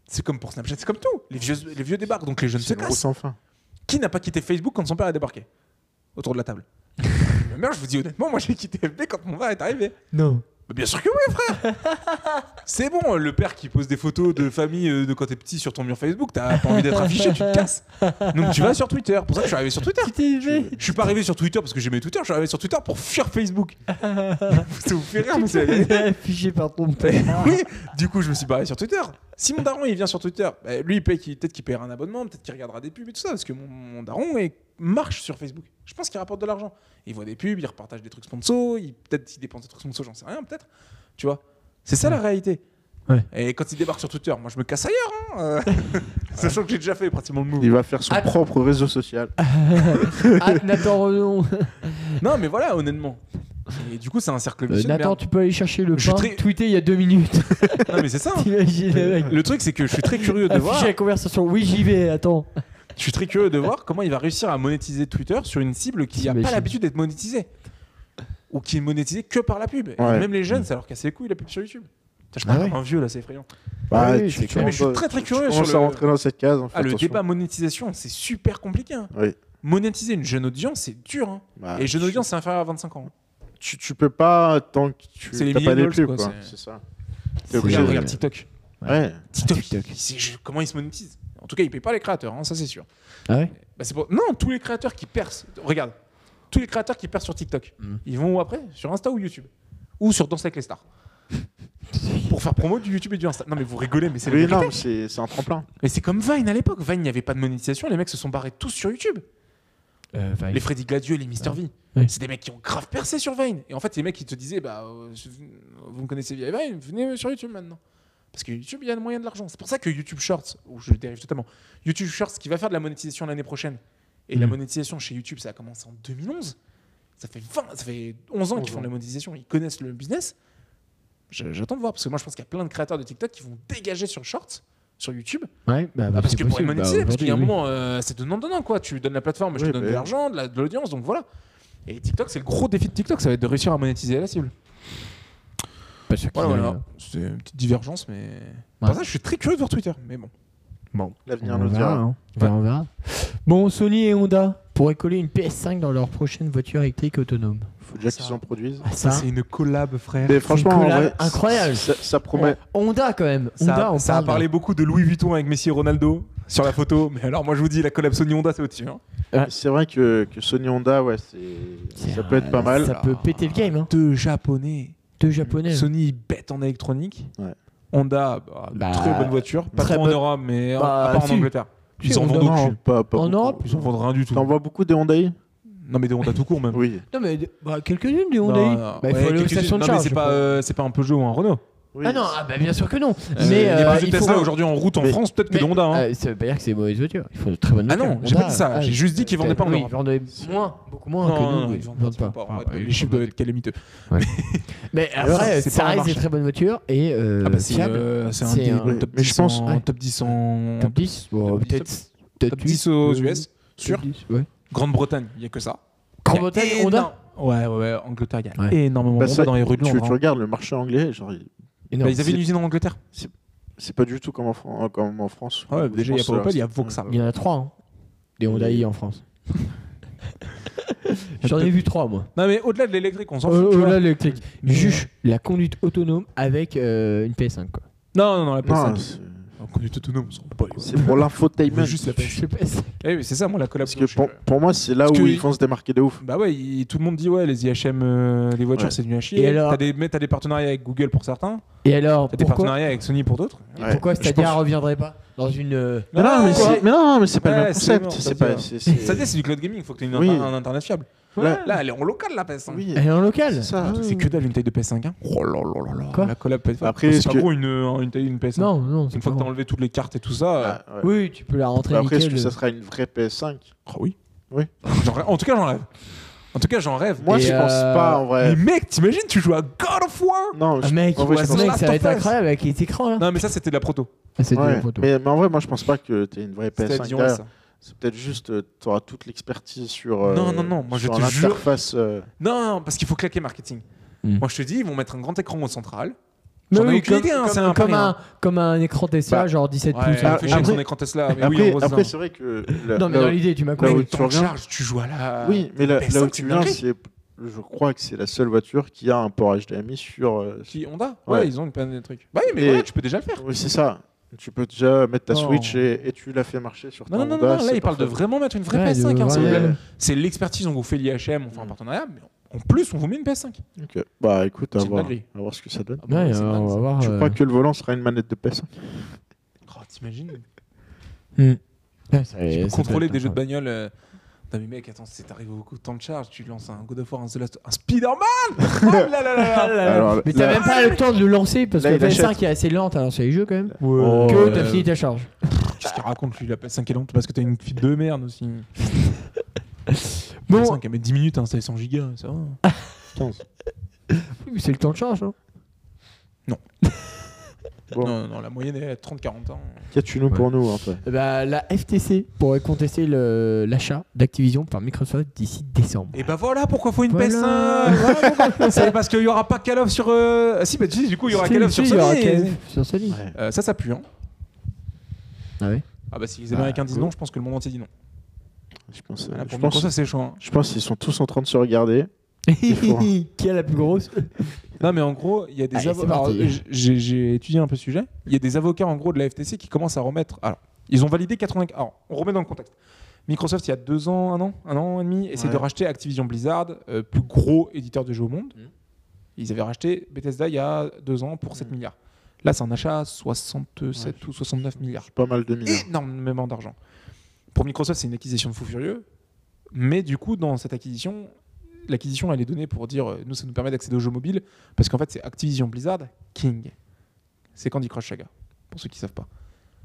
S2: C'est comme pour Snapchat, c'est comme tout. Les vieux, les vieux débarquent, donc les jeunes se
S3: C'est une roue
S2: cassent.
S3: sans fin.
S2: Qui n'a pas quitté Facebook quand son père a débarqué Autour de la table. Ma mère, je vous dis honnêtement, moi j'ai quitté FB quand mon père est arrivé.
S1: Non.
S2: Bah, bien sûr que oui, frère C'est bon, le père qui pose des photos de famille euh, de quand t'es petit sur ton mur Facebook, t'as pas envie d'être affiché, tu te casses. Donc tu vas sur Twitter. Pour ça que je suis arrivé sur Twitter. Je suis pas arrivé sur Twitter parce que j'aimais Twitter, je suis arrivé sur Twitter pour fuir Facebook. ça vous fait rire,
S1: Ah,
S2: mais c'est la vérité.
S1: affiché par ton père.
S2: Oui, du coup, je me suis barré sur Twitter. Si mon daron il vient sur Twitter, bah, lui, il paye, qu'il- peut-être qu'il paiera un abonnement, peut-être qu'il regardera des pubs et tout ça, parce que mon, mon daron il marche sur Facebook. Je pense qu'il rapporte de l'argent. Il voit des pubs, il repartage des trucs sponsors, il- peut-être qu'il dépense des trucs sponsors, j'en sais rien, peut-être. Tu vois C'est ça la réalité.
S1: Ouais.
S2: Et quand il débarque sur Twitter, moi je me casse ailleurs. hein, euh, Sachant que j'ai déjà fait pratiquement le move.
S3: Il va faire son
S1: Ah.
S3: propre réseau social.
S1: Ah, Nathan Renon.
S2: Non, mais voilà, honnêtement. Et du coup, c'est un cercle
S1: Euh,
S2: vicieux. de
S1: Nathan,
S2: merde.
S1: tu peux aller chercher le
S2: Je
S1: pain
S2: suis très-
S1: tweeté il y a deux minutes.
S2: Non, mais c'est ça. hein.
S1: T'imagines le mec.
S2: Le truc, c'est que je suis très curieux de voir.
S1: Afficher la conversation. Oui, j'y vais, attends.
S2: Je suis très curieux de voir comment il va réussir à monétiser Twitter sur une cible qui n'a pas
S1: T'imagines.
S2: l'habitude d'être monétisée. Ou qui est monétisée que par la pub. Et
S3: Ouais.
S2: Même les jeunes, ça leur casse les couilles la pub sur YouTube. Putain, je
S1: Ah
S2: parle
S1: ouais.
S2: comme un vieux là, c'est effrayant.
S1: Bah, oui,
S3: tu-
S1: c'est
S3: tu
S1: clair.
S2: Mais je suis
S3: commences-
S2: très, très
S3: tu
S2: curieux
S3: commences
S2: sur
S3: à
S2: le-
S3: rentrer dans cette case. hein, fais
S2: Ah, le
S3: attention.
S2: débat monétisation, c'est super compliqué. hein.
S3: Oui.
S2: Monétiser une jeune audience, c'est dur. hein.
S3: Bah,
S2: Et jeune
S3: tu-
S2: audience, c'est inférieur à 25 ans.
S3: Tu, tu peux pas tant que tu
S2: C'est les
S3: t'as pas les
S2: millennials,
S3: pubs,
S2: quoi,
S3: quoi.
S2: c'est-
S3: C'est ça. T'es
S1: C'est
S3: obligé.
S1: dingue.
S2: Regarde,
S3: de-
S2: regarde TikTok.
S3: Ouais.
S2: TikTok,
S1: Ah, TikTok.
S2: il- c'est- je- comment ils se monétisent En tout cas, ils ne payent pas les créateurs, hein, ça c'est sûr.
S1: Ah ouais
S2: Bah, c'est pour- Non, tous les créateurs qui percent. Regarde, tous les créateurs qui percent sur TikTok,
S1: Mm.
S2: ils vont où après Sur Insta ou YouTube Ou sur Danse avec les stars Pour pour faire promo du YouTube et du Insta. Non, mais vous rigolez, mais c'est la
S3: Oui,
S2: vérité.
S3: non, c'est c'est un tremplin.
S2: Mais c'est comme Vine à l'époque. Vine, il n'y avait pas de monétisation. Les mecs se sont barrés tous sur YouTube.
S1: Euh, Vine.
S2: Les Freddy Gladieux, les Mister V.
S1: Ouais.
S2: C'est des mecs qui ont grave percé sur Vine. Et en fait, c'est les mecs qui te disaient bah, euh, Vous me connaissez via Vine, venez sur YouTube maintenant. Parce que YouTube, il y a le moyen de l'argent. C'est pour ça que YouTube Shorts, où je dérive totalement, YouTube Shorts qui va faire de la monétisation l'année prochaine. Et la
S1: Mhm.
S2: monétisation chez YouTube, ça a commencé en 2011. Ça fait, 20, ça fait 11 ans
S3: 11
S2: qu'ils font
S3: ans.
S2: de la monétisation, ils connaissent le business. Je- J'attends de voir, parce que moi je pense qu'il y a plein de créateurs de TikTok qui vont dégager sur Shorts, sur YouTube,
S1: Ouais, bah, bah,
S2: parce
S1: c'est
S2: que pour les
S1: possible.
S2: monétiser,
S1: Bah,
S2: parce qu'il y a un
S1: aujourd'hui,
S2: moment, euh, c'est donnant-donnant, quoi. Tu donnes la plateforme, je
S3: Oui,
S2: te donne
S3: bah
S2: de
S3: oui.
S2: l'argent, de la- de l'audience, donc voilà. Et TikTok, c'est le gros défi de TikTok, ça va être de réussir à monétiser la cible.
S1: oui. Pas sûr qu'il
S2: Voilà,
S1: y ait-
S2: voilà. C'est une petite divergence, mais. Pour ça, je suis très curieux de voir Twitter, mais bon.
S1: Bon,
S3: L'avenir
S1: on
S3: nous
S1: verra,
S3: dira.
S1: hein. On verra, on verra. Bon, Sony et Honda pourraient coller une PS5 dans leur prochaine voiture électrique autonome.
S3: Faut déjà
S2: Ça-
S3: qu'ils en produisent.
S1: Ah, ça,
S2: c'est une collab, frère.
S3: Mais franchement, en
S1: collab
S3: vrai,
S1: incroyable.
S3: Ça, ça promet.
S1: Honda quand même. Honda,
S2: Ça,
S1: on
S2: ça a
S1: parle
S2: parlé beaucoup de Louis Vuitton avec Messi et Ronaldo sur la photo, mais alors moi je vous dis, la collab Sony Honda, c'est au-dessus. hein.
S3: C'est vrai que, que Sony Honda, ouais, c'est
S1: C'est
S3: ça
S1: un-
S3: peut être pas mal.
S1: Ça peut péter le game. Hein.
S2: Deux japonais.
S1: Deux japonais. hein.
S2: Sony bête en électronique.
S3: Ouais.
S2: Honda, bah,
S1: Bah,
S2: très bonne voiture. Pas
S1: très
S2: trop en
S1: bonne-
S2: Europe, mais
S1: Bah,
S2: à part en
S1: si.
S2: Angleterre.
S1: Si,
S2: Ils en
S1: Honda,
S2: vendent au
S1: non.
S2: cul.
S3: Pas, pas
S1: En
S3: beaucoup.
S1: Europe
S2: Ils en vendent rien du tout.
S3: T'en vois beaucoup des Hondaï
S2: Non, mais des Honda tout court même.
S3: Oui.
S1: Non, mais bah, quelques-unes des Honda.
S2: Non,
S1: i.
S2: non.
S1: Bah, il faut
S2: Ouais,
S1: aller aux
S2: quelques-unes.
S1: stations de
S2: Non, mais
S1: charge.
S2: c'est pas, euh, c'est pas un Peugeot ou un Renault.
S3: oui.
S1: Ah non, ah, bah, bien sûr que non.
S2: Euh,
S1: mais
S2: les
S1: euh,
S2: Peugeot
S1: il faut-
S2: Tesla aujourd'hui en route en
S1: Mais-
S2: France, peut-être que
S1: mais-
S2: des Honda. hein.
S1: Euh, ça veut pas dire que c'est mauvaise voiture. Il faut de très bonne
S2: Ah
S1: voiture.
S2: non, j'ai pas dit ça. J'ai juste dit qu'ils vendaient pas en
S1: oui,
S2: Europe.
S1: Ils vendaient moins, beaucoup moins
S2: Non,
S1: que
S2: non,
S1: nous.
S2: non,
S1: oui,
S2: ils vendent pas, ils vendent pas. Les chiffres doivent être calamiteux.
S1: Mais
S2: Alors,
S1: après,
S2: c'est
S1: ça
S2: pas un
S1: reste des
S2: marché.
S1: très bonnes voitures et euh,
S2: Ah bah, c'est
S1: fiables.
S2: euh, c'est un
S1: C'est
S2: des-
S1: un-
S2: top
S3: mais
S2: 10
S3: je pense,
S2: en-
S1: ouais.
S2: top 10 en
S1: Top 10 bon,
S2: top 10,
S1: Peut-être peut-être
S2: top
S1: huit,
S2: 10 aux
S1: euh,
S2: US, sûr.
S1: top 10, ouais.
S2: Grande-Bretagne, il n'y a que ça. Il y
S1: Grande-Bretagne,
S2: a
S1: Honda.
S2: énorme- Ouais, ouais, ouais, Angleterre, il y a
S1: Ouais.
S2: énormément
S3: Bah,
S2: d'Honda
S3: ça,
S2: dans les rues de
S3: tu,
S2: Londres.
S3: tu
S2: hein.
S3: regardes le marché anglais, genre, il-
S2: Bah,
S1: Énorme.
S2: ils avaient une
S3: c'est-
S2: usine en Angleterre.
S3: c'est pas du tout comme en, Fran- euh, comme en France.
S2: Ouais, déjà, il n'y a
S3: Je
S2: pas
S3: pense,
S2: Opel, il y a
S3: euh,
S2: Vauxhall.
S1: Il y en a 3 hein, des Honda i en France. J'en ai vu 3 moi.
S2: Non, mais au-delà de l'électrique, on s'en fout.
S1: Oh
S2: tu vois.
S1: là l'électrique.
S2: Mais-
S1: Juste la conduite autonome avec euh, une PS5 quoi.
S2: Non, non, non, la
S3: Non,
S2: PS5.
S3: c'est-
S2: En conduite autonome, on s'en bat les couilles.
S3: c'est pour l'infotainment.
S2: Juste la PS5.
S1: Je sais pas, c'est-
S2: Eh oui, c'est ça, moi, la collab.
S3: Parce
S2: dont
S3: que
S2: je
S3: pour,
S2: suis-
S3: pour moi, c'est là
S2: Parce
S3: où
S2: que-
S3: ils vont se démarquer de ouf.
S2: Bah ouais, il- tout le monde dit ouais, les IHM, euh, les voitures,
S3: Ouais.
S2: c'est du à chier.
S1: Et alors
S2: T'as des, mais t'as des partenariats avec Google pour certains,
S1: Et alors
S2: t'as des
S1: pourquoi
S2: partenariats avec Sony pour d'autres.
S3: Ouais.
S1: pourquoi
S3: Je
S1: Stadia
S3: pense-
S1: reviendrait pas dans une euh,
S3: Mais non, mais
S2: Ouais.
S3: c'est- mais non, mais c'est pas
S2: Ah, Ouais,
S3: le même
S2: c'est
S3: concept.
S2: mort,
S3: C'est
S2: ça,
S3: pas.
S2: c'est-
S3: c'est- c'est-
S2: Ça c'est du cloud gaming, faut que t'aies une
S3: Oui.
S2: inter- un internet fiable.
S3: Là-
S2: Là, elle est en local la PS5.
S3: Oui.
S1: elle est en local
S3: C'est ça.
S1: Ah,
S2: C'est que dalle une taille de PS5. hein. Oh là là là là.
S1: Quoi
S2: la collab peut être
S3: Bah, Après,
S2: Après,
S3: est-ce
S2: c'est pas
S3: que-
S2: gros une, euh, une taille une PS5.
S1: Non non,
S2: Une
S1: c'est
S2: fois
S1: pas
S2: que t'as
S1: bon.
S2: enlevé toutes les cartes et tout ça. euh,
S3: Ah, ouais. Bah,
S1: Oui, tu peux la rentrer
S3: Après, est-ce que
S1: nickel.
S3: ça sera une vraie PS5
S2: ah oui.
S3: Oui.
S2: J'en rêve- En tout cas, j'en rêve. En tout cas, j'en rêve.
S3: Moi,
S1: Et
S3: je
S1: euh,
S3: pense pas en
S2: Mais
S3: vrai.
S2: mec, t'imagines, tu joues à God of War
S3: Non,
S1: Ah,
S3: je-
S1: mec,
S3: en vrai,
S1: ouais,
S3: je pense-
S2: pense-
S1: mec, ça va être
S2: Last of Us.
S1: incroyable avec les écrans là.
S2: Non, mais ça c'était de la proto.
S1: Ah, c'est
S3: ouais.
S1: des photos.
S3: mais, mais en vrai, moi, je pense pas que t'aies une vraie
S2: C'était à
S3: PS5.
S2: Dijon,
S3: derrière.
S2: ça.
S3: C'est peut-être juste, tu auras toute l'expertise sur. euh,
S2: Non, non, non, moi, je
S3: sur
S2: te jure.
S3: l'interface, euh,
S2: Non, non, parce qu'il faut claquer marketing.
S1: Hmm.
S2: Moi, je te dis, ils vont mettre un grand écran au central.
S1: Mais
S2: J'en ai
S1: oui,
S2: aucune
S1: comme,
S2: idée, hein,
S1: comme-
S2: c'est un
S1: comme
S2: pari,
S1: un,
S2: hein.
S1: comme un écran Tesla,
S3: Bah,
S1: genre 17
S2: Ouais,
S1: pouces. hein.
S2: il fait chier Bah, avec
S3: après-
S2: son écran Tesla. Ah, Mais
S3: Après,
S2: oui, en gros, c'est
S3: après
S2: ça.
S3: c'est vrai que. la-
S1: Non, mais
S3: là
S1: dans
S3: où-
S1: l'idée, tu m'as
S3: là où
S1: compris.
S3: tu
S2: T'en
S3: reviens-
S2: charges, tu joues à la.
S3: Oui, mais là,
S2: la
S3: là où
S2: PS5,
S3: tu
S2: c'est
S3: viens,
S2: dingue.
S3: c'est. Je crois que c'est la seule voiture qui a un port HDMI sur. euh,
S2: Qui Honda Ouais,
S3: Ouais.
S2: ils ont une panne de trucs. Bah oui, mais
S3: Et-
S2: voilà, tu peux déjà le faire.
S3: Oui, c'est ça. Tu peux déjà mettre ta
S2: Non.
S3: Switch et, et tu la fais marcher sur ta
S2: Non, non, non,
S3: Honda,
S2: non, là,
S3: c'est
S2: ils parlent de
S3: parfait.
S2: vraiment mettre une vraie
S1: Ouais, de
S2: PS5. hein, c'est
S1: vraiment-
S2: le-
S3: Ouais.
S2: C'est l'expertise, on vous fait l'IHM, on fait un
S3: Hmm.
S2: partenariat, mais en plus, on vous met une PS5.
S3: Ok. Bah écoute, à
S2: C'est une
S3: voir,
S2: dinguerie.
S3: à voir ce que ça donne.
S2: Ah bon,
S1: Ouais,
S2: c'est
S1: euh,
S2: dingue,
S1: on va
S2: ça.
S1: voir.
S3: Je
S1: euh,
S3: crois que le volant sera une manette de PS5.
S2: Oh, T'imagines
S1: ouais, ça-
S2: Tu
S1: ça
S2: peux
S1: peut
S2: contrôler
S1: être
S2: des jeux de
S1: incroyable.
S2: bagnole. euh, Non mais mec, attends, c'est arrivé au temps de charge, tu lances un God of War, un The Last- un Spider-Man Oh là là là
S1: Ah
S2: là là là.
S3: Alors,
S1: Mais t'as
S3: là-
S1: même pas le temps de le lancer parce
S3: Là,
S1: que
S3: il
S1: la PS5 est assez lente à lancer les jeux quand même.
S3: Oh,
S1: Que
S2: euh,
S1: t'as fini ta charge.
S2: Qu'est-ce qu'il raconte lui La PS5 est lente parce que t'as une fille de merde aussi.
S1: Bon.
S2: Bon. PS5 elle met 10 minutes à installer 100 gigas, hein, ça va.
S3: Putain, c'est-
S1: Oui, mais C'est le temps de charge. hein.
S3: Bon.
S2: Non, non, la moyenne est à 30-40 ans.
S3: Qu'as-tu nous pour nous, Antoine
S1: Bah, la FTC pourrait contester le- l'achat d'Activision par Microsoft d'ici décembre.
S2: Et bah voilà pourquoi faut une
S1: Voilà.
S2: PS5 C'est parce qu'il y aura pas Call of sur. euh, Ah si, bah tu sais, du coup, il y aura
S1: Si,
S2: Call of
S1: si,
S2: sur
S1: il y aura
S2: Sony.
S1: Call of sur Sony.
S3: Ouais.
S2: Euh, Ça, ça pue, hein.
S1: Ah ouais
S2: Ah bah euh, si les
S3: Bah,
S2: Américains disent
S3: cool.
S2: non, je pense que le monde entier dit non.
S3: Je pense, euh,
S2: Voilà,
S3: je
S2: Ah, pour
S3: pense,
S2: Microsoft, c'est chaud. hein.
S3: je pense qu'ils sont tous en train de se regarder. fort.
S1: Qui a la plus grosse
S2: Non, mais en gros, il y a des
S1: Allez,
S2: avo-
S1: c'est parti.
S2: alors, j- J'ai j'ai étudié un peu ce sujet. Il y a des avocats en gros de la FTC qui commencent à remettre. Alors, ils ont validé 80. Alors, on remet dans le contexte. Microsoft, il y a deux ans, un an, un an et demi, essaie
S3: Ouais.
S2: de racheter Activision Blizzard, euh, plus gros éditeur de jeux au monde.
S1: Mhm.
S2: Ils avaient racheté Bethesda il y a deux ans pour 7
S3: Mhm.
S2: milliards. Là, c'est un achat à 67 ou 69 milliards.
S3: C'est pas mal de milliards.
S2: Énormément d'argent. Pour Microsoft, c'est une acquisition de fou furieux. Mais du coup, dans cette acquisition, l'acquisition, elle est donnée pour dire euh, nous, ça nous permet d'accéder aux jeux mobiles. Parce qu'en fait, c'est Activision Blizzard King. C'est Candy Crush Saga, pour ceux qui savent pas.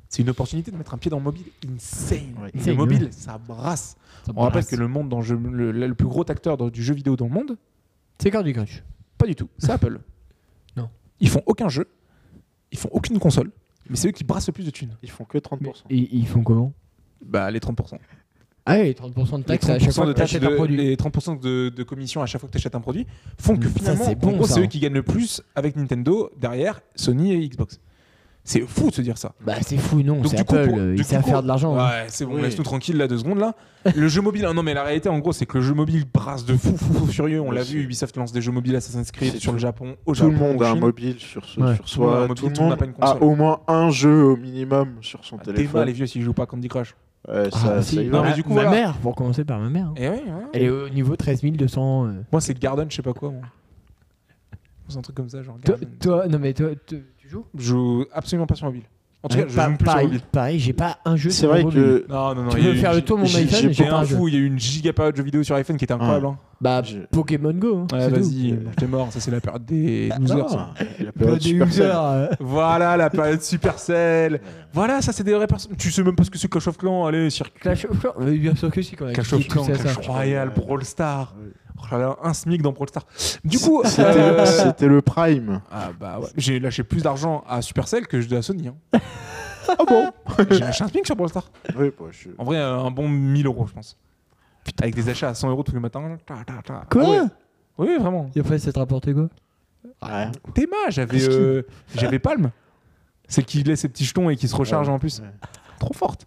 S2: C'est une opportunité de mettre un pied dans le mobile insane.
S3: Ouais.
S2: Le
S1: Insane,
S2: mobile, ça brasse. On rappelle que le monde dans le jeu- le, le plus gros acteur dans- du jeu vidéo dans le monde,
S1: C'est Candy Crush.
S2: pas du tout. C'est Apple.
S1: Non.
S2: Ils font aucun jeu, ils font aucune console, mais c'est eux qui brassent le plus de thunes.
S3: Ils font que 30%.
S1: Mais ils, ils font comment
S2: Bah les 30%.
S1: Ah oui, 30% de taxes à
S2: les
S1: chaque fois
S2: 30%
S1: que
S2: de taxes
S1: t'achètes un produit.
S2: et 30% de, de commission à chaque fois que tu achètes un produit font que
S1: Mm, ça,
S2: finalement,
S1: c'est
S2: en
S1: bon,
S2: gros,
S1: ça,
S2: c'est
S1: hein.
S2: eux qui gagnent le plus avec Nintendo, derrière Sony et Xbox. C'est fou de se dire ça.
S1: Bah c'est fou, non,
S2: Donc,
S1: c'est
S2: du coup,
S1: Apple,
S2: pour-
S1: euh,
S2: du
S1: ils
S2: coup,
S1: savent
S2: pour-
S1: faire de l'argent. hein.
S2: Ouais, c'est bon,
S3: Oui.
S2: laisse-nous tranquille là deux secondes là. Le jeu mobile, ah non mais la réalité en gros c'est que le jeu mobile brasse de fou fou, fou furieux. On
S3: Oui,
S2: l'a
S3: c'est-
S2: vu, Ubisoft lance des jeux mobiles Assassin's
S3: c'est
S2: Creed sur
S3: tout-
S2: le Japon, au
S3: Tout
S2: Japon,
S3: le monde a
S2: en
S3: un
S2: Chine.
S3: mobile sur, ce,
S1: Ouais.
S3: sur
S2: Tout le monde a un
S3: soi.
S2: mobile,
S3: Tout le
S2: tout le monde
S3: monde
S2: n'a pas une
S3: a
S2: console.
S3: au moins un jeu au minimum sur son
S2: Ah, T'es mal
S3: téléphone.
S2: les vieux s'ils jouent pas à Candy Crush.
S3: Ouais,
S1: Ah,
S3: ça,
S1: si.
S3: ça y
S2: Non,
S3: va.
S2: mais
S1: Ma-
S2: du coup,
S1: ma
S2: voilà.
S1: mère, pour commencer par ma mère. hein.
S2: Et oui, ouais.
S1: Elle est au niveau 13 200. euh.
S2: Moi c'est Garden, je sais pas quoi. Moi. C'est un truc comme ça, genre
S1: Toi,
S2: Garden.
S1: toi- non mais toi, te- tu joues
S2: Je joue absolument pas sur mobile. En tout cas,
S1: Ouais,
S2: je
S1: Euh, pa-
S2: joue plus sur
S1: pareil,
S2: mobile.
S1: pareil, j'ai pas un jeu
S3: C'est
S1: sur
S3: vrai
S1: mobile.
S3: que
S2: Non, non, non.
S1: Tu
S2: il y a
S1: veux
S2: eu-
S1: faire le tour mon
S3: j'ai-
S1: iPhone,
S3: j'ai
S1: j'ai
S2: J'étais
S1: pas
S2: un
S1: un jeu.
S2: fou, il y a eu une giga période de jeux vidéo sur iPhone qui était incroyable. hein.
S1: Bah
S3: Je-
S1: Pokémon Go. hein,
S2: Ouais,
S1: c'est tout.
S2: vas-y, t'es mort, ça c'est la période des losers. ça.
S3: Ah, il a pas
S1: Pas
S3: de
S1: des
S3: Super
S1: users,
S3: Saiyan.
S1: euh.
S2: Voilà la période Supercell. Voilà, ça c'est des vraies personnes. Tu sais même pas ce que c'est Clash of Clans, allez, circuit.
S1: Clash of Clans, euh, bien sûr que si qu'on a
S2: Clash of
S1: expliqué
S2: Clans,
S1: tout ça,
S2: Clash
S1: ça.
S2: Royale, Brawl Star.
S3: Ouais.
S2: Oh là là, un SMIC dans Brawl Star. Du coup,
S3: C'était-
S2: euh,
S3: C'était le prime.
S2: ah bah ouais, j'ai lâché plus d'argent à Supercell que je dois à Sony. hein.
S3: Ah bon
S2: J'ai lâché un SMIC sur Brawl Star.
S3: Oui, bah, je-
S2: En vrai, euh, un bon 1000 euros, je pense. Avec des achats à 100 euros tous les matins. Ta, ta, ta.
S1: Quoi
S3: Ah ouais.
S2: Oui, vraiment.
S1: Et après, ça te rapporte quoi
S3: Ouais.
S2: Théma, j'avais
S1: Qu'est-ce qu'il-
S2: euh, j'avais Palme. Celle qui laisse ses petits jetons et qui se recharge
S3: Ouais.
S2: en plus.
S3: Ouais.
S2: Trop forte.